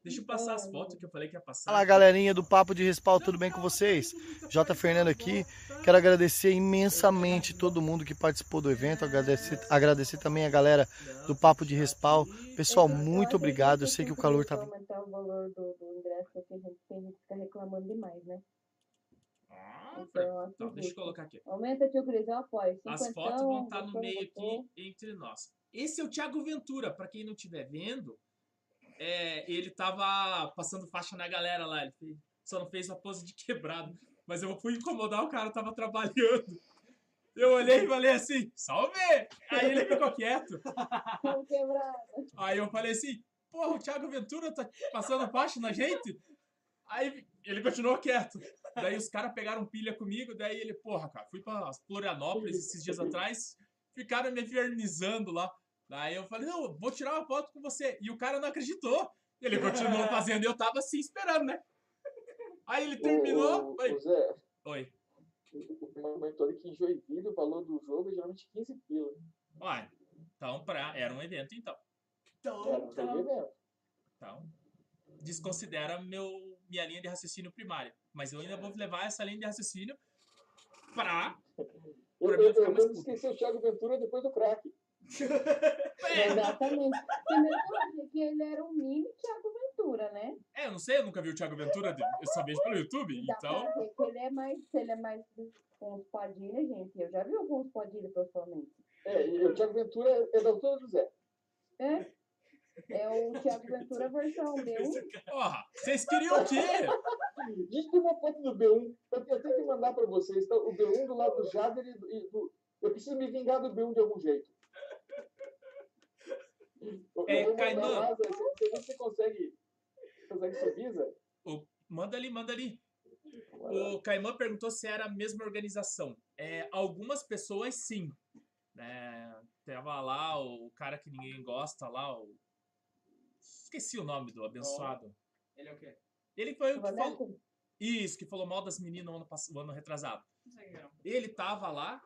Deixa eu passar as fotos que eu falei que ia passar. Fala galerinha do Papo de Respaldo, tudo bem com vocês? J. Fernando aqui. Quero agradecer imensamente todo mundo que participou do evento, agradecer, agradecer também a galera do Papo de Respal. Pessoal, Então, muito obrigado. Eu sei que o calor tá. aumentar o valor do, do ingresso, porque tem gente, tem gente que fica reclamando demais, né? Ah, Então, eu acho Então, deixa eu justo. colocar aqui. Aumenta, tio Cris, eu apoio. As é Cinquentão, fotos vão estar no apoio meio você. aqui entre nós. Esse é o Thiago Ventura, para quem não estiver vendo, é, ele tava passando faixa na galera lá, ele fez- só não fez a pose de quebrado, mas eu fui incomodar o cara, tava trabalhando. Eu olhei e falei assim, salve! Aí ele ficou quieto. Vamos assim, quebrar. Aí eu falei assim, porra, o Thiago Ventura tá passando faixa na gente? Aí ele continuou quieto. Daí os caras pegaram pilha comigo, daí ele, porra, cara, fui pra Florianópolis esses dias atrás, ficaram me vernizando lá. Daí eu falei, não, vou tirar uma foto com você. E o cara não acreditou. Ele continuou fazendo e eu tava assim esperando, né? Aí ele terminou. O, falei, o Zé, Oi. o o comentou ali que em Joinville o valor do jogo é geralmente 15 pila. Uai, então pra... era um evento então. Era um Então, jogo tá. mesmo. Então, desconsidera meu, minha linha de raciocínio primária. Mas eu ainda vou levar essa linha de raciocínio pra. Eu, Pra eu, mim eu, fica mais eu esqueci o Thiago Ventura depois do craque. Exatamente. Primeiro que eu achei que ele era um mini Thiago Ventura, né? É, eu não sei, eu nunca vi o Thiago Ventura, de- eu só vejo pelo YouTube, Dá então. pra ver que ele é mais, se ele é mais com os Padilha, gente. Eu já vi alguns Padilha pessoalmente. É, e o Thiago Ventura é- é da altura do Zé. É? É o Thiago Ventura versão B1. Porra, vocês queriam o quê? Gente, tem uma foto do B1. Eu tenho eu tenho que mandar pra vocês. Tá? O B1 do lado do Jader e do, e do- Eu preciso me vingar do B1 de algum jeito. Eu- eu É, vou mandar Kainan. lá, Zé, Você, você vê se consegue, consegue subir, Zé? Manda ali, manda ali. O Caimã perguntou se era a mesma organização. É, algumas pessoas sim. É, tava lá o cara que ninguém gosta lá, o. Esqueci o nome do abençoado. Ele é o quê? Ele foi o que falou. Vanessa, Isso, que falou mal das meninas no ano, pass- o ano retrasado. Não sei o que era. Ele tava lá,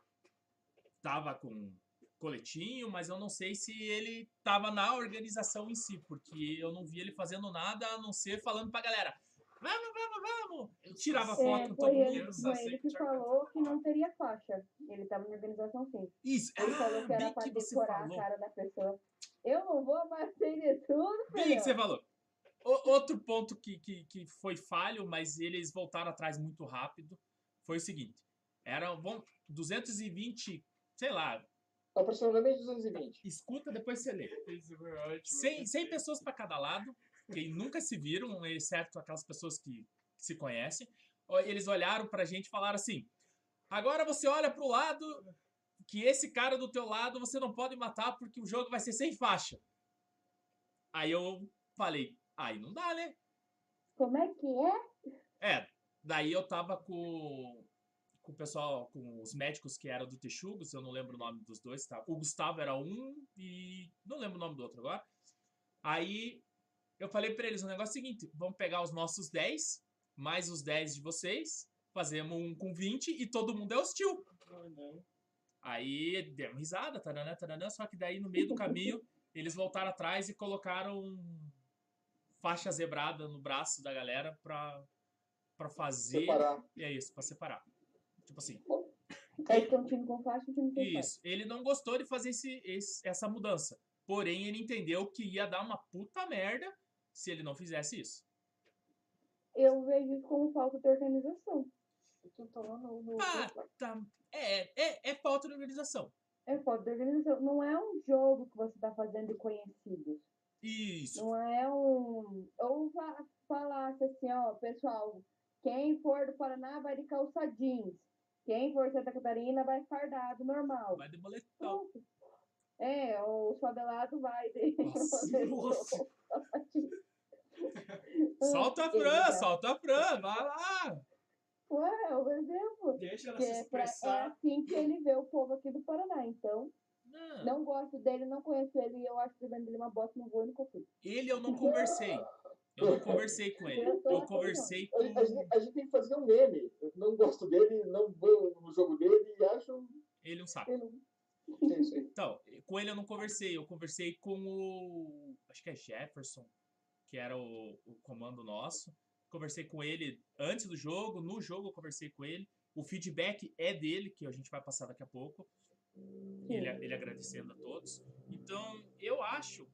tava com coletinho, mas eu não sei se ele tava na organização em si, porque eu não vi ele fazendo nada a não ser falando pra galera: vamos, vamos, vamos! Ele tirava É, foto assim, é, com todo foi mundo. ele, mundo, só foi sei ele que o que Thiago falou Ventura que não teria faixa. Ele estava na organização sim. Isso, Ele ah, falou que era bem pra que você decorar a falou. cara da pessoa. Eu não vou mais ter de tudo, é Bem que filho. você falou. O- outro ponto que, que, que foi falho, mas eles voltaram atrás muito rápido, foi o seguinte: eram bom, 220, sei lá, Aproximadamente 220. escuta, depois você lê. Ah, Isso foi ótimo. 100, 100 pessoas para cada lado, que nunca se viram, exceto aquelas pessoas que se conhecem. Ó, Eles olharam pra gente e falaram assim: agora você olha pro lado, que esse cara do teu lado você não pode matar porque o jogo vai ser sem faixa. Aí eu falei: aí não dá, né? Como é que é? É, daí eu tava com, com o pessoal, com os médicos que eram do Texugos, eu não lembro o nome dos dois, tá? O Gustavo era um e não lembro o nome do outro agora. Aí eu falei pra eles o negócio é o seguinte, vamos pegar os nossos 10, mais os 10 de vocês, fazemos um com 20 e todo mundo é hostil. Não, não. Aí deu risada, taranã, taranã, só que daí no meio do caminho eles voltaram atrás e colocaram faixa zebrada no braço da galera pra, pra fazer. Separar. E é isso, pra separar. Tipo assim, Aí tem um time com faixa e um time sem faixa. isso. Ele não gostou de fazer esse, esse- essa mudança. Porém, ele entendeu que ia dar uma puta merda se ele não fizesse isso. Eu vejo isso como falta de organização. Tu tá lá no- no- Ah, tá. É, é, é falta de organização. É falta de organização. Não é um jogo que você tá fazendo de conhecidos. Isso. Não é um. Ou fa- falasse assim, ó, pessoal, quem for do Paraná vai de calça jeans. Quem for de Santa Catarina vai fardado, normal. Vai de boletão. Pronto. É, ou o favelado vai de. Nossa, nossa. Solta a Fran, solta a Fran, vai lá. Ué, é o exemplo. Deixa ela Que se é, pra- é expressar. assim que ele vê o povo aqui do Paraná. Então, Não. não gosto dele, não conheço ele, e eu acho que vendo ele é uma bota no voo e nunca fui. Ele eu não conversei. Eu não conversei com ele. Eu tô Eu na conversei A, com. a gente, a gente tem que fazer um meme. Eu Não gosto dele, não vou no jogo dele e acho Ele é um saco. Ele- É isso aí. Então, com ele eu não conversei. Eu conversei com o. Acho que é Jefferson, que era o, o comando nosso. Conversei com ele antes do jogo, no jogo eu conversei com ele. O feedback é dele, que a gente vai passar daqui a pouco. Ele, ele agradecendo a todos. Então, eu acho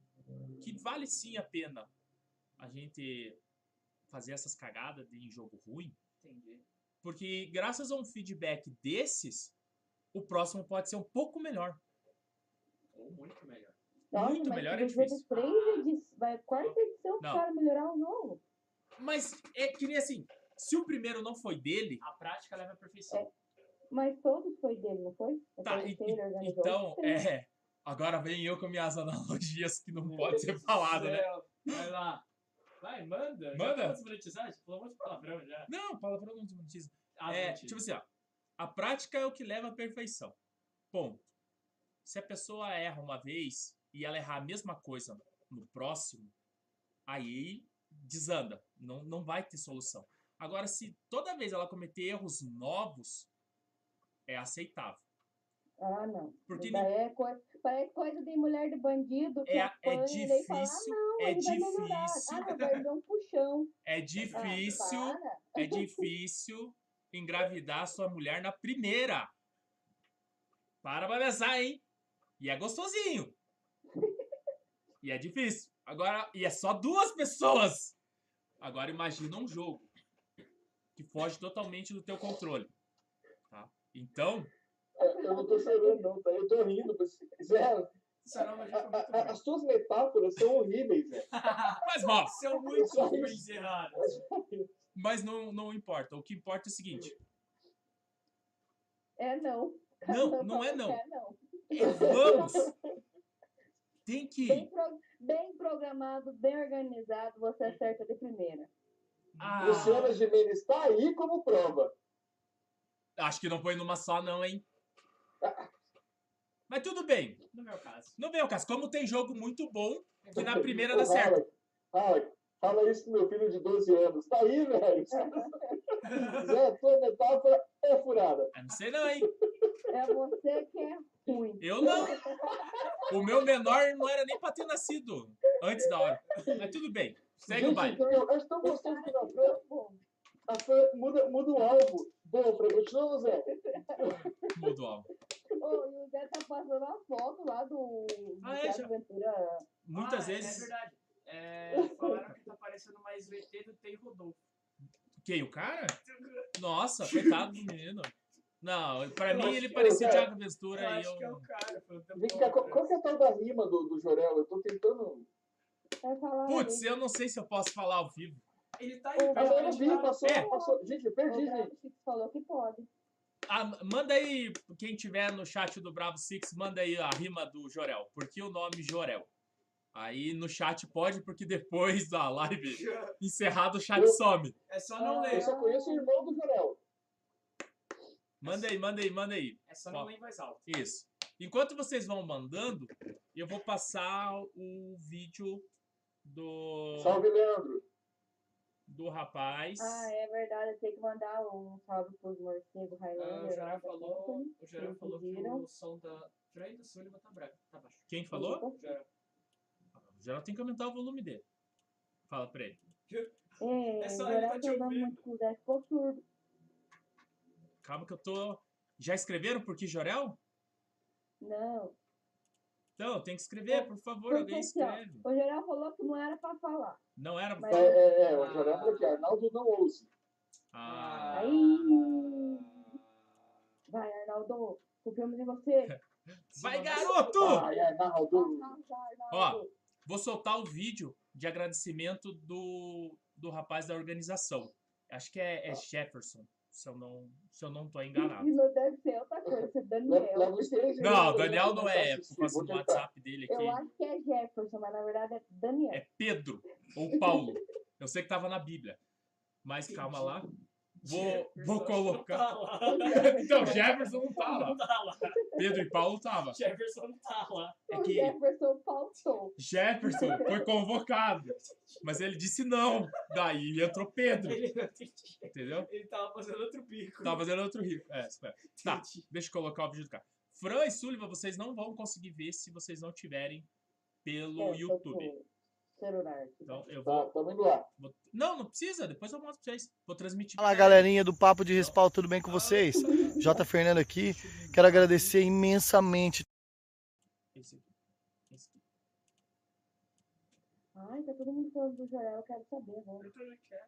que vale sim a pena a gente fazer essas cagadas de em jogo ruim. Entendi. Porque graças a um feedback desses, o próximo pode ser um pouco melhor. Ou muito melhor. Nossa, Muito mas melhor se é você difícil. tem três edi- vai, quarta edição pro Não. cara melhorar o jogo. Mas é que nem assim, se o primeiro não foi dele, A prática leva à É. perfeição. Mas todos foi dele, não foi? tá, Aquele e- que e- ele organizou. então, Sim. é. Agora vem eu com minhas analogias que não pode ser falada, né? Céu. Vai lá. Vai, manda. Manda. Já tá desmonetizado? Você falou um monte de palavrão já. Não, Paula, pelo amor de Deus, Ah, É, mentira. tipo assim, ó. A prática é o que leva à perfeição. Ponto. Se a pessoa erra uma vez e ela errar a mesma coisa no próximo, aí desanda. Não, não vai ter solução. Agora, se toda vez ela cometer erros novos, é aceitável. Ah, não. Porque Daí é coi- parece coisa de mulher de bandido que é, é apanha e daí fala, difícil, "Ah, é ele vai melhorar. Ah, difícil, não, vai dar um puxão. é Ah, difícil, para. é difícil engravidar sua mulher na primeira. Para pra pensar, hein? E é gostosinho. E é difícil. Agora, e é só duas pessoas. Agora imagina um jogo que foge totalmente do teu controle. Tá? Então, É, Eu não tô chorando, não, tá? Eu tô rindo. mas- Zé, Sarama a- já foi muito a- a- bom. as suas metáforas são horríveis, né? Zé. mas bom, São muito ruins e erradas. mas não, não importa. O que importa é o seguinte: É não. Não, não é Fala não. que não. é vamos. Tem Bem, que. pro- bem programado, bem organizado, você acerta de primeira. Ah, é Luciana Gimenez está aí como prova. acho que não foi numa só, não, hein? Mas tudo bem. No meu caso. Não vem ao caso. Como tem jogo muito bom, que na primeira dá certo. Fala, fala isso pro meu filho de 12 anos. Tá aí, velho. Zé, tua metáfora é furada. Eu Ah, não sei não, hein? É você que é ruim. Eu não. O meu menor não era nem pra ter nascido antes da hora. Mas tudo bem. Segue o Gente, baile. então, eu acho tão gostoso que na Fran, Então, bom. a Fran muda, muda o alvo. Bom, Fran, continua, Zé. Mudo alvo. Ô, e o Zé tá passando a foto lá do do Ah, é, Thiago já- Ventura. Muitas Ah, É vezes. verdade. É, falaram que tá parecendo mais o ET do Tem Rodolfo. Quem? O cara? Nossa, coitado do menino. Não, pra mim ele parecia o Thiago eu Ventura e acho que é o eu. cara. Foi o tempo Vem cá, todo, qual, né? qual que é a tal da rima do, do Jorel? Eu tô tentando. Vai falar Putz, aí. eu não sei se eu posso falar ao vivo. Ele tá aí, Ô, pra Mas eu não vi, acreditar. passou, É. passou. Gente, eu O perdi, gente. Bravo Chico falou que pode. Ah, manda aí, quem tiver no chat do Bravo Six, manda aí a rima do Jorel. Por que o nome Jorel? Aí no chat pode, porque depois da live encerrada o chat Eu- some. É só não Eu ler. só conheço o irmão do Jorel. Manda aí, manda aí, manda aí. É só não ler em voz alta. Isso. Enquanto vocês vão mandando, eu vou passar o vídeo do, Salve, Leandro. do rapaz. Ah, é verdade. Tem que mandar um salve pros morcegos Ah, o Highlander. Jorel lá da falou, Tiffany. o Jorel Eles falou que pediram. o som da Trey do Sullivan tá, bravo, tá baixo. Quem falou? O Jorel. O Jorel tem que aumentar o volume dele. Fala pra ele. É, É só o ele Jorel tá te fez uma ouvindo. música com o Zé ficou surdo. Calma que eu tô. Já escreveram por que Jorel? Não. Então, tem que escrever, por favor, Porque alguém assim, ó, escreve. O Jorel falou que não era pra falar. Não era. É, Mas- é, é, o Jorel falou aqui, Arnaldo não ouse. Ah, Aí. Vai, Arnaldo. Confiamos em você. vai, Simão, garoto! Ai, Arnaldo. Ó. Arnaldo. Vou soltar o vídeo de agradecimento do, do rapaz da organização. Acho que é, é Tá. Jefferson, se eu, não, se eu não tô enganado. E não deve ser outra coisa, Le- Daniel. leva uns três Não, minutos o pra Daniel gente não é, é assistir. por causa Vou do tentar. WhatsApp dele Eu aqui. acho que é Jefferson, mas na verdade é Daniel. É Pedro ou Paulo. Eu sei que tava na Bíblia. Mas calma lá. Vou, Jefferson vou colocar. Não tá lá. Então, Jefferson não tá lá. Não tá lá. Pedro e Paulo tava. Jefferson não tá lá. É o que Jefferson faltou. Jefferson foi convocado, mas ele disse não. Daí entrou Pedro, Ele, não entendi. entendeu? ele tava fazendo outro bico. Tava fazendo outro rio. É, espera. Tá. Entendi. Deixa eu colocar o vídeo do cara. Fran e Sullivan, vocês não vão conseguir ver se vocês não tiverem É, tá pelo YouTube. Celular. Então eu Tá, vou, tamo indo lá. vou- Não, não precisa, depois eu mostro pra vocês. Vou transmitir. Fala galerinha do Papo de Respaldo, tudo bem com vocês? J. Fernando aqui, quero agradecer imensamente Esse aqui. Esse aqui. Ai, tá todo mundo falando do Jorel, eu quero saber né? agora. Eu também quero.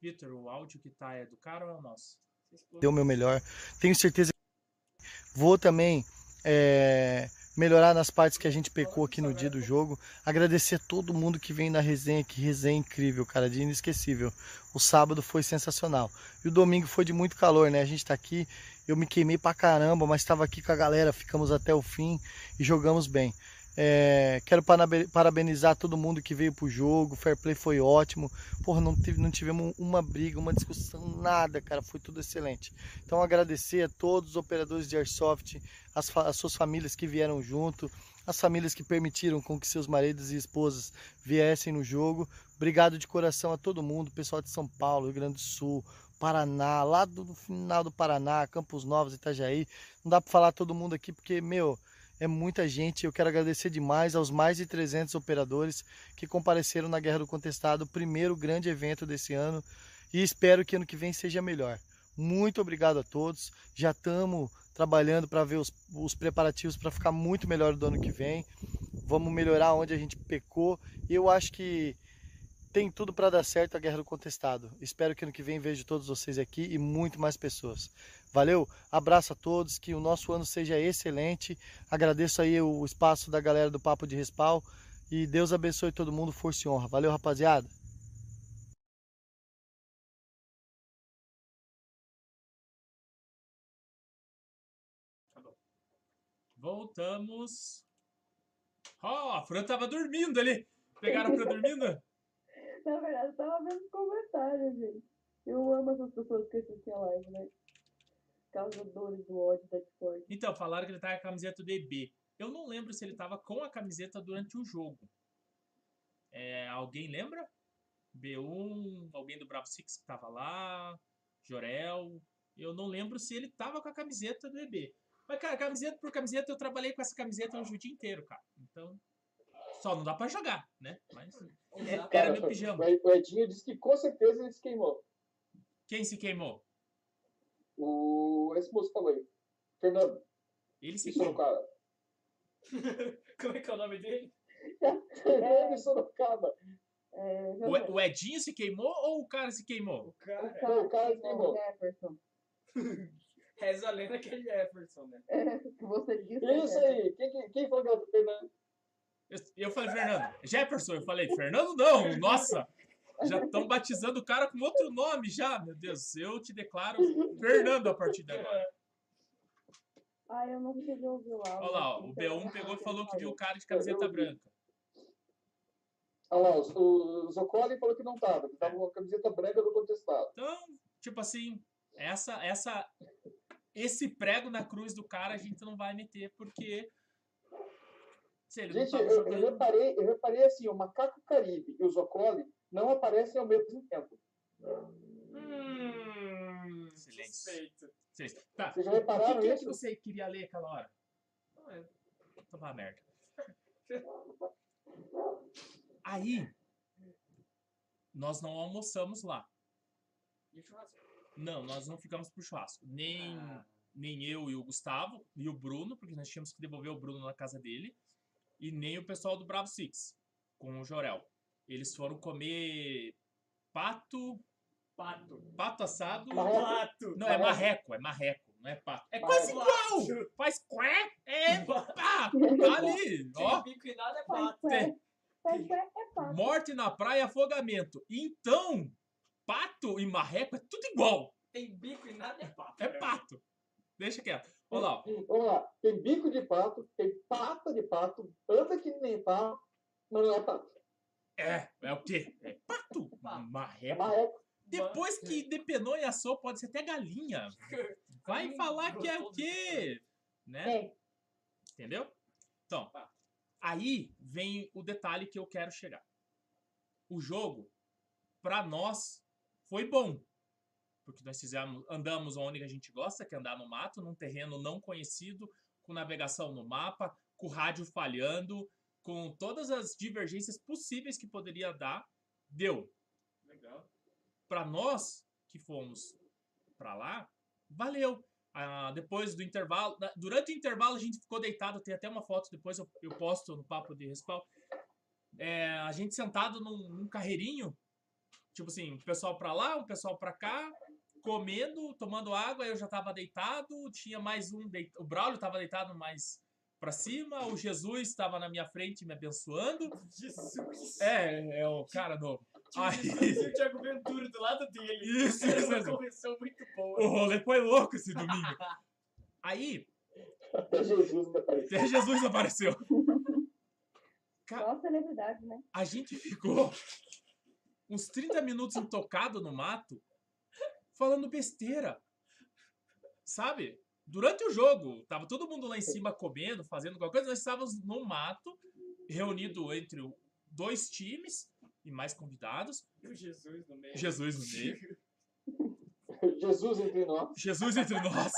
Vitor, o áudio que tá é do cara ou é o nosso? Vocês podem- deu o meu melhor. Tenho certeza que vou também é, melhorar nas partes que a gente pecou aqui no dia do jogo. Agradecer a todo mundo que vem na resenha, que resenha incrível, cara, de inesquecível. O sábado foi sensacional. E o domingo foi de muito calor, né? A gente tá aqui, eu me queimei pra caramba, mas estava aqui com a galera, ficamos até o fim e jogamos bem. É, quero parabe- parabenizar todo mundo que veio pro jogo. O fair play foi ótimo. Porra, não, tive- não tivemos uma briga, uma discussão, nada, cara. Foi tudo excelente. Então agradecer a todos os operadores de Airsoft, as, fa- as suas famílias que vieram junto, as famílias que permitiram com que seus maridos e esposas viessem no jogo. Obrigado de coração a todo mundo, pessoal de São Paulo, Rio Grande do Sul, Paraná, lá do do final do Paraná, Campos Novos, Itajaí. Não dá para falar todo mundo aqui porque, meu, é muita gente. Eu quero agradecer demais aos mais de 300 operadores que compareceram na Guerra do Contestado, o primeiro grande evento desse ano. E espero que ano que vem seja melhor. Muito obrigado a todos. Já estamos trabalhando para ver os, os preparativos para ficar muito melhor do ano que vem. Vamos melhorar onde a gente pecou. Eu acho que tem tudo para dar certo a Guerra do Contestado. Espero que ano que vem vejo todos vocês aqui e muito mais pessoas. Valeu, abraço a todos, que o nosso ano seja excelente. Agradeço aí o espaço da galera do Papo de Respal e Deus abençoe todo mundo, força e honra. Valeu, rapaziada. Voltamos. Ó, a Fran tava dormindo ali. Pegaram a Fran dormindo? Na verdade, eu tava vendo os comentários, gente. Eu amo essas pessoas que assistem a live, né? Causadores do ódio da Discord. Então, falaram que ele tava com a camiseta do DB. Eu não lembro se ele tava com a camiseta durante o jogo. É, alguém lembra? B1, alguém do Bravo Six que tava lá, Jorel. Eu não lembro se ele tava com a camiseta do DB. Mas, cara, camiseta por camiseta, eu trabalhei com essa camiseta hoje o dia inteiro, cara. Então, só não dá pra jogar, né? Mas Exato. era Cara, meu pijama. O Edinho disse que com certeza ele se queimou. Quem se queimou? O... Esse moço falou aí. Fernando, Ele se de queimou. Sorocaba. Como é que é o nome dele? Fernando de Sorocaba. É, O E- o Edinho se queimou ou o cara se queimou? O cara. o cara que que queimou. queimou o Jefferson. Reza a lenda que ele é Jefferson, né? É, que você disse. né, Isso Jefferson? aí. Quem, quem, quem falou que era do Fernando? Eu, eu falei, Fernando. Jefferson, eu falei, Fernando não, nossa. Já estão batizando o cara com outro nome já, meu Deus. Eu te declaro Fernando a partir de agora. Ai, eu não consegui ouvir o áudio. Olha lá, ó, o então eu B1 não pegou e sei falou que falar. viu o cara de camiseta branca. Ah lá, o, o Zocoli falou que não tava. Que tava com a camiseta branca do contestado. Então, tipo assim, essa, essa, esse prego na cruz do cara a gente não vai meter, porque. Se ele não Gente, tava eu, eu jogando. reparei, eu reparei assim, o Macaco Caribe e o Zocoli não aparecem ao mesmo tempo. Hum. Silêncio. Suspeito. Tá, Vocês já o repararam que, que é que isso? você queria ler aquela hora? Tava merda. Aí, nós não almoçamos lá. E o churrasco? Não, nós não ficamos pro churrasco. Nem, Ah. nem eu e o Gustavo e o Bruno, porque nós tínhamos que devolver o Bruno na casa dele. E nem o pessoal do Bravo Six, com o Jorel. Eles foram comer pato, um Pato. Um pato assado. Marreco. Pato. Não, é Marreco. marreco, é marreco, não é pato. É Marreco. quase igual! Faz quá, é Pato. pá, tá ali, ó. Sem bico e nada é Mas, pato. tem- ué, mas, ué, é fácil. Morte na praia e afogamento. Então, pato e marreco é tudo igual. Tem bico e nada é pato. É pato. Deixa quieto. Olha lá. ó. Vamos lá. Tem bico de pato, tem pata de pato, anda que nem pato, mas não é pato. É, é o quê? É pato. É Marreco. marreco. Depois que é. depenou e assou, pode ser até galinha. Vai falar que é o quê? Né? É, Entendeu? Então, aí vem o detalhe que eu quero chegar. O jogo, pra nós, foi bom. porque nós fizemos, andamos onde a gente gosta, que é andar no mato, num terreno não conhecido, com navegação no mapa, com o rádio falhando, com todas as divergências possíveis que poderia dar, deu. Legal. Para nós que fomos para lá, valeu. Ah, depois do intervalo, na- durante o intervalo a gente ficou deitado, tem até uma foto depois eu, eu posto no papo de respaldo. É, a gente sentado num, num carreirinho, tipo assim, um pessoal pra lá, um pessoal pra cá, comendo, tomando água, eu já tava deitado, tinha mais um, deit- o Braulio tava deitado mais pra cima, o Jesus estava na minha frente me abençoando. Jesus. É, é o cara novo. Tinha Ai. Jesus e o Thiago Ventura do lado dele. Isso, Era isso uma mesmo. Oh. convenção muito boa. O rolê foi louco esse domingo. Aí, Até É Jesus né, me apareceu. até Jesus apareceu. Ca- Só celebridade, né? A gente ficou uns 30 minutos intocado no mato, falando besteira. Sabe? Durante o jogo, tava todo mundo lá em cima comendo, fazendo qualquer coisa, nós estávamos no mato, reunido entre o- dois times e mais convidados. E o Jesus no meio. Jesus no meio. Jesus entre nós. Jesus entre nós.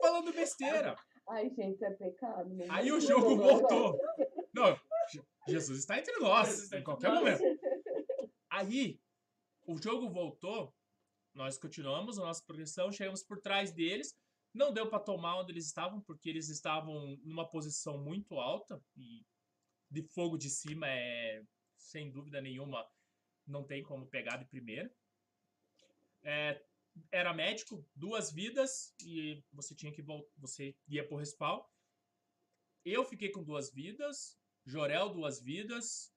Falando besteira. Ai, gente, isso é pecado. né? Aí o jogo voltou. Não, Je- Jesus está entre Jesus nós está em entre qualquer nós. momento. Aí o jogo voltou, nós continuamos a nossa progressão, chegamos por trás deles. Não deu para tomar onde eles estavam, porque eles estavam numa posição muito alta e de fogo de cima é sem dúvida nenhuma não tem como pegar de primeira. É, era médico, duas vidas e você tinha que voltar, você ia pro respawn. Eu fiquei com duas vidas. Jorel, duas vidas.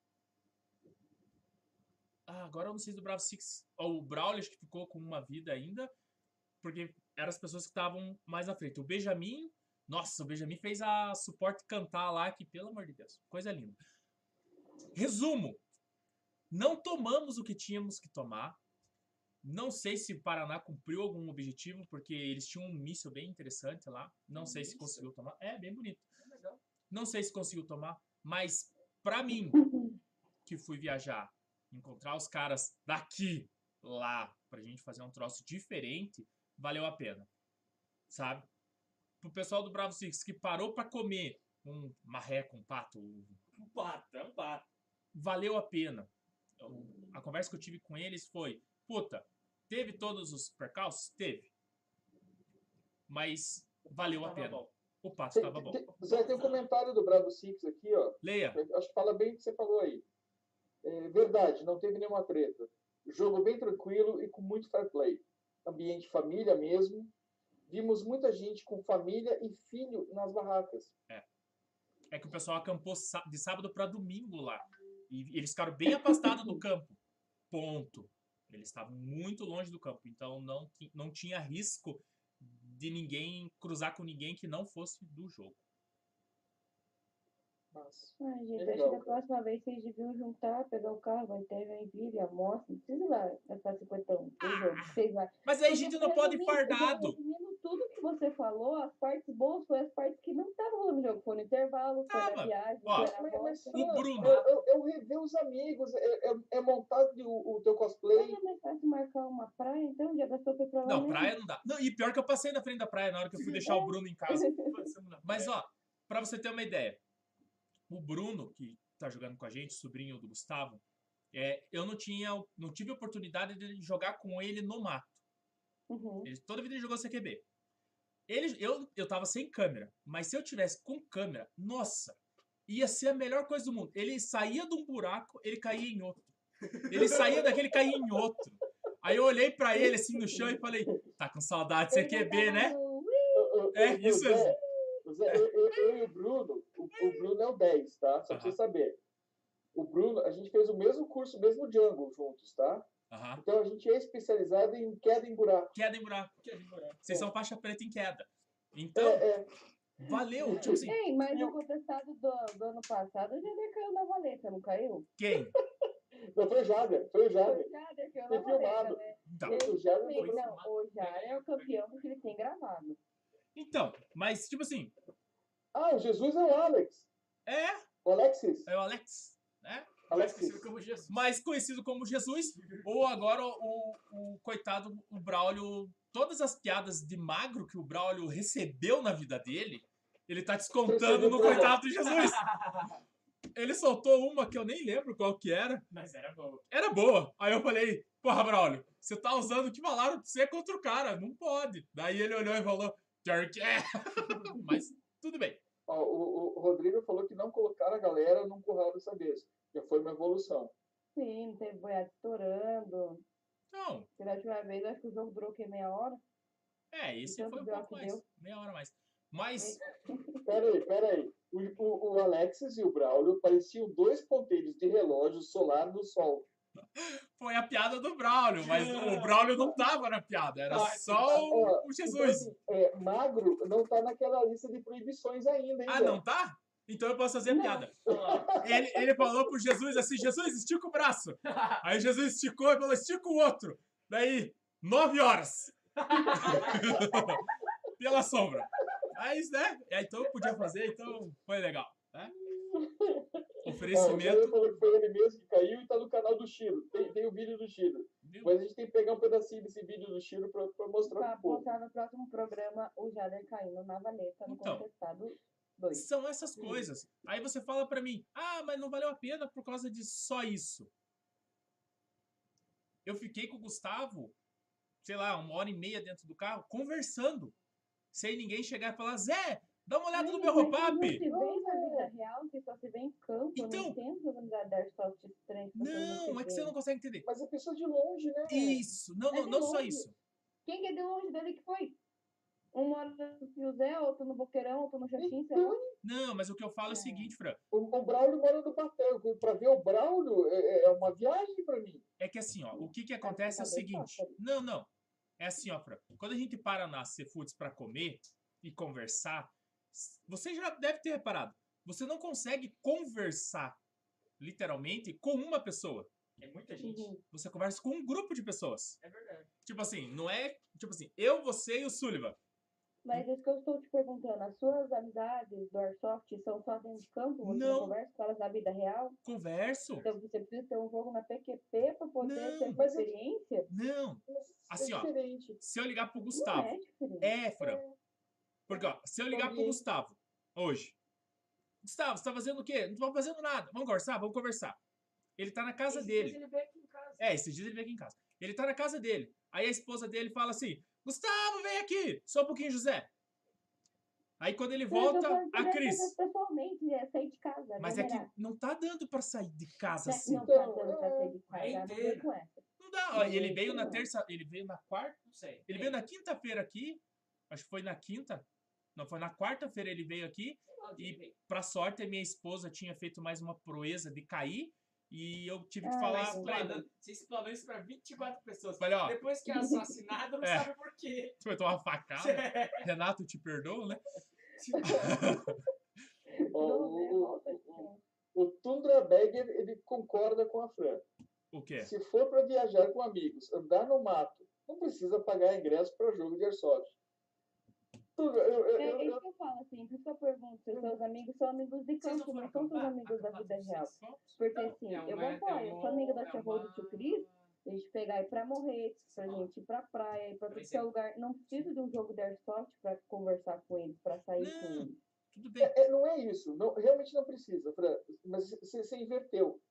Ah, agora eu não sei se do Bravo Six. Ou o Braulio, acho que ficou com uma vida ainda. Porque eram as pessoas que estavam mais à frente. O Benjamin. Nossa, o Benjamin fez a suporte cantar lá, que pelo amor de Deus, coisa linda. Resumo: não tomamos o que tínhamos que tomar. Não sei se o Paraná cumpriu algum objetivo, porque eles tinham um míssil bem interessante lá. Não sei se Um Míssil? conseguiu tomar. É, bem bonito. Legal. Não sei se conseguiu tomar, mas pra mim, que fui viajar, encontrar os caras daqui, lá, pra gente fazer um troço diferente, valeu a pena. Sabe? Pro pessoal do Bravo Six que parou pra comer um marreco, um pato, um Um pato, é um pato. valeu a pena. Eu- A conversa que eu tive com eles foi: puta, teve todos os percalços? Teve. Mas valeu a Tava pena. bom. O pato Tem- estava bom. tem- Zé, tem um comentário do Bravo Six aqui, ó. Leia. Acho que fala bem o que você falou aí. É verdade, não teve nenhuma treta. Jogo bem tranquilo e com muito fair play. Ambiente família mesmo. Vimos muita gente com família e filho nas barracas. é que o pessoal acampou sá- de sábado para domingo lá. E eles ficaram bem afastados do campo. Ponto. Eles estavam muito longe do campo, então não, ti- não tinha risco de ninguém cruzar com ninguém que não fosse do jogo. Mas Ai, gente, Legal, acho que cara. da próxima vez vocês deviam juntar, pegar o carro, vai ter em Vila, almoça, não precisa ir lá gastar 51. pro jogo, Vocês vai. Mas Ah! aí a gente não pode ir Resumindo- fardado. Resumindo tudo que você falou, as partes boas foram as partes que não estavam rolando no jogo. Foi no intervalo, foi Tava. na viagem, Ó, foi na Mas- mas volta. só- O Bruno. Eu, eu, eu rever os amigos, é, é, é montado o, o teu Não cosplay. é mais fácil marcar uma praia, então já gastou pra ir pra lá Não, mesmo. praia não dá. Não, e pior que eu passei na frente da praia na hora que eu fui deixar o Bruno em casa. Passamos na Mas, praia. ó, pra você ter uma ideia, o Bruno, que tá jogando com a gente, sobrinho do Gustavo, é, eu não tinha, não tive oportunidade de jogar com ele no mato. Uhum. Ele, toda vida ele jogou CQB. Ele, eu, eu tava sem câmera, mas se eu tivesse com câmera, nossa, ia ser a melhor coisa do mundo. Ele saía de um buraco, ele caía em outro. Ele saía daquele, caía em outro. Aí eu olhei pra ele assim no chão e falei: tá com saudade de CQB, né? Eu- eu- É, eu- isso Zé, Zé, eu, eu- eu e o Bruno, o, o Bruno é o 10, tá? Só pra você Aham. saber. O Bruno, a gente fez o mesmo curso, o mesmo Django juntos, tá? Aham. Então a gente é especializado em queda em buraco. Queda em buraco. Que advogado. Vocês são faixa preta em queda. Então, É, é. valeu. Tipo assim, Ei, mas Eu- o contestado do, do ano passado já caiu na valeta, não caiu? quem? Não, foi o Jader, foi o Jader. O Jader caiu Foi na filmado. valeta, né? Então, Foi o Jader. Sim, foi- não, o Jader é o campeão porque ele tem gravado. então, mas tipo assim, Ah, o Jesus é o Alex. é O Alexis. É o Alex, né? mais conhecido como Jesus. mais conhecido como Jesus, ou agora o, o coitado, o Braulio, todas as piadas de magro que o Braulio recebeu na vida dele, ele tá descontando no coitado de Jesus. Ele soltou uma que eu nem lembro qual que era, Mas era bom. era boa. Aí eu falei, porra, Braulio, você tá usando o que falaram pra você contra o cara, não pode. Daí ele olhou e falou, pior que é. Mas tudo bem. Ó, o, o Rodrigo falou que não colocaram a galera num curral dessa vez. Já foi uma evolução. Sim, não teve boiado estourando. Não, Pela última vez, acho que o jogo durou que meia hora. é, esse Tanto foi um B.O. pouco Então, que mais, deu. É meia hora mais. Mas Peraí, peraí. O, o, o Alexis e o Braulio pareciam dois ponteiros de relógio solar no sol. foi a piada do Braulio, mas o Braulio não tava na piada, era Ah, só o, o Então, Jesus. assim, é, magro não tá naquela lista de proibições ainda, hein? Ah, Zé? não tá? Então eu posso fazer a Não. piada. Ah, Ele, ele falou pro Jesus assim: Jesus, estica o braço. Aí Jesus esticou e falou: estica o outro. Daí, nove horas. Pela sombra. Mas, né? é, Então eu podia fazer, então foi legal. Né? Ó, o Zé Oferecimento. falou que foi ele mesmo que caiu e tá no canal do Chiro. Tem, tem o vídeo do Chiro. Mas a gente tem que pegar um pedacinho desse vídeo do Chiro pra, pra mostrar um Pra pro povo. postar no próximo programa o Jader caindo na valeta no Então. contestado 2. São essas coisas. Aí você fala pra mim, ah, mas não valeu a pena por causa de só isso. Eu fiquei com o Gustavo, sei lá, uma hora e meia dentro do carro, conversando. Sem ninguém chegar e falar, Zé, dá uma olhada no meu Não roupape. se vê na vida real, que só se vê em campo. Eu Então- não entendo o Jader só te estranho. que você Não, se é que você vê. não consegue entender. É. Mas é pessoa de longe, né? Isso, não, não, não só isso. Quem que deu longe dele que foi? Um mora no José, outro no Boqueirão, outro no Jardim, sei lá. Então, Não, mas o que eu falo é o seguinte, Fran. o, o Braulio mora no Batel. Pra ver o Braulio é, é uma viagem pra mim. É que assim, ó, o que que acontece é o seguinte. Não, não. É assim, ó, Fran. Quando a gente para na Cefoods pra comer e conversar, s- você já deve ter reparado. Você não consegue conversar, literalmente, com uma pessoa. é muita gente. Uhum. Você conversa com um grupo de pessoas. É verdade. Tipo assim, não é. Tipo assim, eu, você e o Sullivan. Mas é isso que eu estou te perguntando, as suas amizades do Airsoft são só dentro de campo? Você Não. conversa com elas na vida real? Converso. Então você precisa ter um jogo na PQP para poder Não, ter essa mas eu- experiência? Não. Mas Assim, é ó. diferente. Se eu ligar pro Não Gustavo. é diferente. É, Fran. Porque, ó, se eu ligar pro Entendi. Gustavo hoje. Gustavo, você tá fazendo o quê? Não tô fazendo nada. Vamos conversar? Vamos conversar. Ele tá na casa Esses dele. dias Ele veio aqui em casa. É, esses dias ele veio aqui em casa. Ele tá na casa dele. Aí a esposa dele fala assim: Gustavo, vem aqui! Só um pouquinho, José. Aí quando ele Mas eu volta, conheço a dessas Cris. pessoas Pessoalmente, né? Sair de casa. Mas é que aglomerar. não tá dando pra sair de casa Né? assim. Não tá Então, dando pra é, sair de casa. não vem inteira. com essa. Não dá. Ó, e ele veio na Não. terça, ele veio na quarta. Não sei. Ele veio na quinta-feira aqui. Acho que foi na quinta. Não, foi na quarta-feira ele veio aqui. e- Pra sorte, a minha esposa tinha feito mais uma proeza de cair. E eu tive que Ah, falar um mas pra ele. Você explanou isso pra 24 pessoas. Falei, ó, Depois que é assassinado, não É. sabe por quê. é, você vai tomar uma facada. é Renato, te perdoa, né? Ó, o- Não, né? o- Volta de o- casa. O Tundra Bag ele- ele concorda com a Fran. O quê? Se for para viajar com amigos, andar no mato, não precisa pagar ingresso para jogo de airsoft. Tundra, eu, eu- eu- É eu- isso que eu falo assim, por isso que eu pergunto, se seus amigos são amigos de Vocês campo, não foram são seus acampar? amigos da Acampar vida com real. vocês só? Porque Não, assim, é eu uma- vou falar, é eu sou amiga da uma- tia Rose e do tio Cris, a gente pegar e pra morrer, pra Ó. gente ir pra praia, ir pra Por qualquer exemplo. lugar. Não preciso de um jogo de airsoft pra conversar com eles, pra sair com Não. eles. Tudo bem. é- não é isso. não- realmente não precisa, Fran. Mas você você inverteu.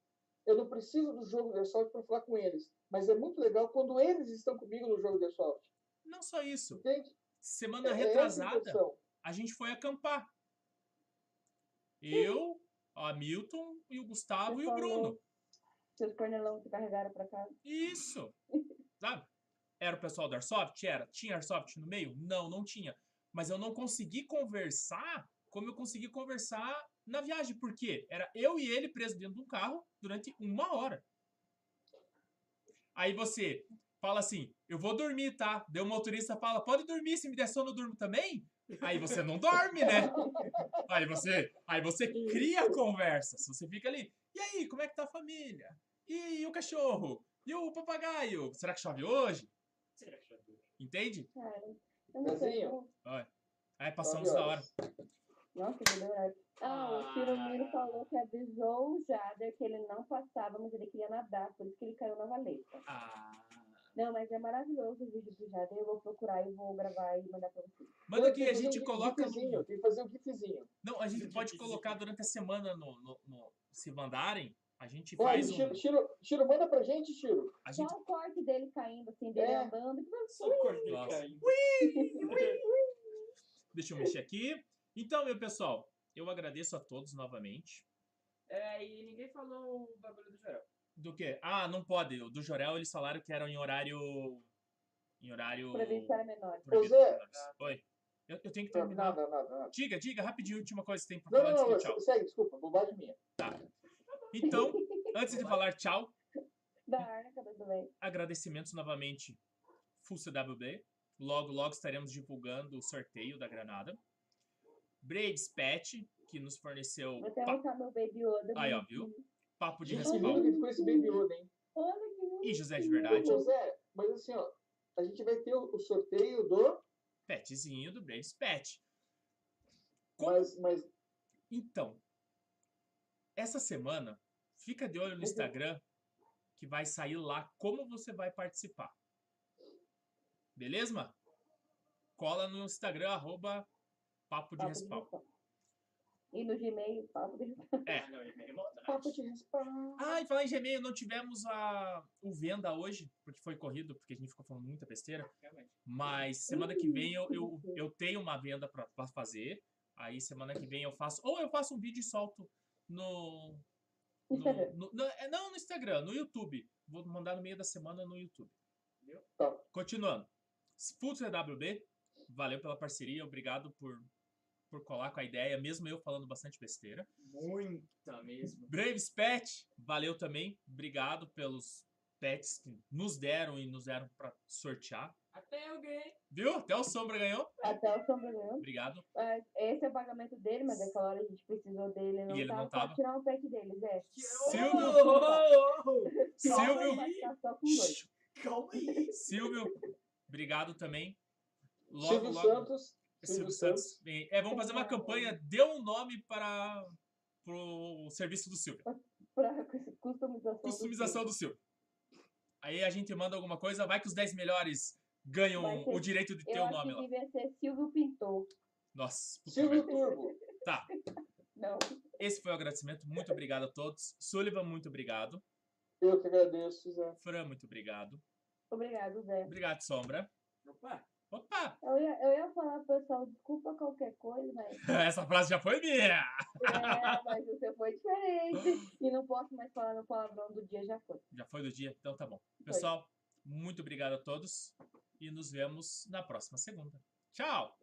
Eu não preciso do jogo de airsoft para falar com eles. Mas é muito legal quando eles estão comigo no jogo de airsoft. Não só isso. Entende? É- Semana é essa a retrasada, intenção. a gente foi acampar. Eu, a Milton e o Gustavo Você e o Bruno. falou. Seus cornelão se carregaram pra casa. Isso. Sabe? Era o pessoal do Airsoft? Era. Tinha Airsoft no meio? Não, não tinha. Mas eu não consegui conversar como eu consegui conversar na viagem. Por quê? Era eu e ele preso dentro de um carro durante uma hora. Aí você fala assim, eu vou dormir, tá? Daí o motorista fala, pode dormir, se me der sono eu durmo também? Aí você não dorme, né? Aí você, aí você cria a conversa. Se Você fica ali, e aí, como é que tá a família? E, o cachorro? E o papagaio? Será que chove hoje? Será que já deu? Entende? Cara, eu não sei. Zezinho. eu- Aí passamos da hora. Nossa, me deu horário. Ah, o Firmino falou que avisou o Jader que ele não passava, mas ele queria nadar, por isso que ele caiu na valeta. Ah. Não, mas é maravilhoso o vídeo do Jader, eu vou procurar e vou gravar e mandar pra vocês. Não, Manda tem aqui, a fazer um gente gif- coloca. gifzinho, Tem que fazer um gifzinho. Não, a gente pode colocar durante a semana no. no- no- se mandarem, a gente Ó, aí, faz um. Chiro, Chiro, Chiro, manda pra gente, Chiro. A Só gente o corte dele caindo, assim, dele É. andando. Só o cordeiro Nossa. caindo. Deixa eu mexer aqui. Então, meu pessoal, eu agradeço a todos novamente. É, e ninguém falou o bagulho do Jorel. Do que? Ah, não pode. O do Jorel, eles falaram que eram em horário. Em horário. é Pra ver se era menor. proibido. Ô, Zé. Oi. Eu, eu tenho que ah, Não, terminar. nada, nada, nada. Diga, diga, rapidinho, última coisa que tem pra Não, falar não, não, antes do tchau. segue, desculpa, bobagem minha. Então, antes de falar tchau, Da Arna, cadê do bem? agradecimentos novamente. Full CWB. Logo, logo estaremos divulgando o sorteio da granada. Braids Pet, que nos forneceu Vou até pa- mostrar meu baby Yoda. Aí, ó, bonitinho. papo de Gente, respaldo. lindo que Então, ficou esse Baby Yoda, hein? Olha que E José de bonitinho. verdade. Ô, Zé, mas assim, ó, a gente vai ter o, o sorteio do. Petzinho do Braids Pet. Como Mas, mas Então, essa semana, fica de olho no Instagram, que vai sair lá como você vai participar. Beleza? mano? Cola no Instagram, arroba Papo de Papo de Respaldo. Respaldo. E no Gmail, papo de É. Ah, não, ele me mandou. papo de respaldo. Ah, e falar em Gmail, não tivemos a, o Venda hoje, porque foi corrido, porque a gente ficou falando muita besteira. Ah, Realmente. Mas semana que vem eu, eu, eu tenho uma venda pra pra fazer. Aí semana que vem eu faço. Ou eu faço um vídeo e solto no. no- Instagram. no- não, é, não no Instagram, no YouTube. Vou mandar no meio da semana no YouTube. Entendeu? Tá. Continuando. Full CWB, valeu pela parceria, obrigado por, por colar com a ideia, mesmo eu falando bastante besteira. Muita mesmo. Braves Pet, valeu também, obrigado pelos pets que nos deram e nos deram pra sortear. Até alguém. Viu? Até o Sombra ganhou. Até o São Bruno. Obrigado. Ah, Esse é o pagamento dele, mas aquela hora a gente precisou dele. Não E ele tava, não só tava? tirar um pet dele, Zé. Silvio- Só Silvio- vai ficar Só com dois. Calma aí. Silvio, obrigado também. Logo, Silvio logo. Santos. Silvio Santos. vem. É, vamos fazer uma campanha. Dê um nome para o serviço do Silvio. Pra cus- customização. do Customização do Silvio. Aí a gente manda alguma coisa. Vai que os 10 melhores ganham Vai ser- o direito de filme. ter Eu o acho nome que lá. devia ser Silvio Pintor. Nossa. puta Silvio merda. Turbo. Não. Esse foi o agradecimento. Muito obrigado a todos. Sullivan, muito obrigado. Eu que agradeço, Zé. Fran, muito obrigado. Obrigado, Zé. Obrigado, Sombra. Opa. Opa! Eu ia, eu ia falar, pessoal, desculpa qualquer coisa, mas, Essa frase já foi minha! é, mas você foi diferente. E não posso mais falar meu palavrão do dia, já foi. Já foi do dia? Então tá bom. Pessoal, muito obrigado a todos e nos vemos na próxima segunda. Tchau!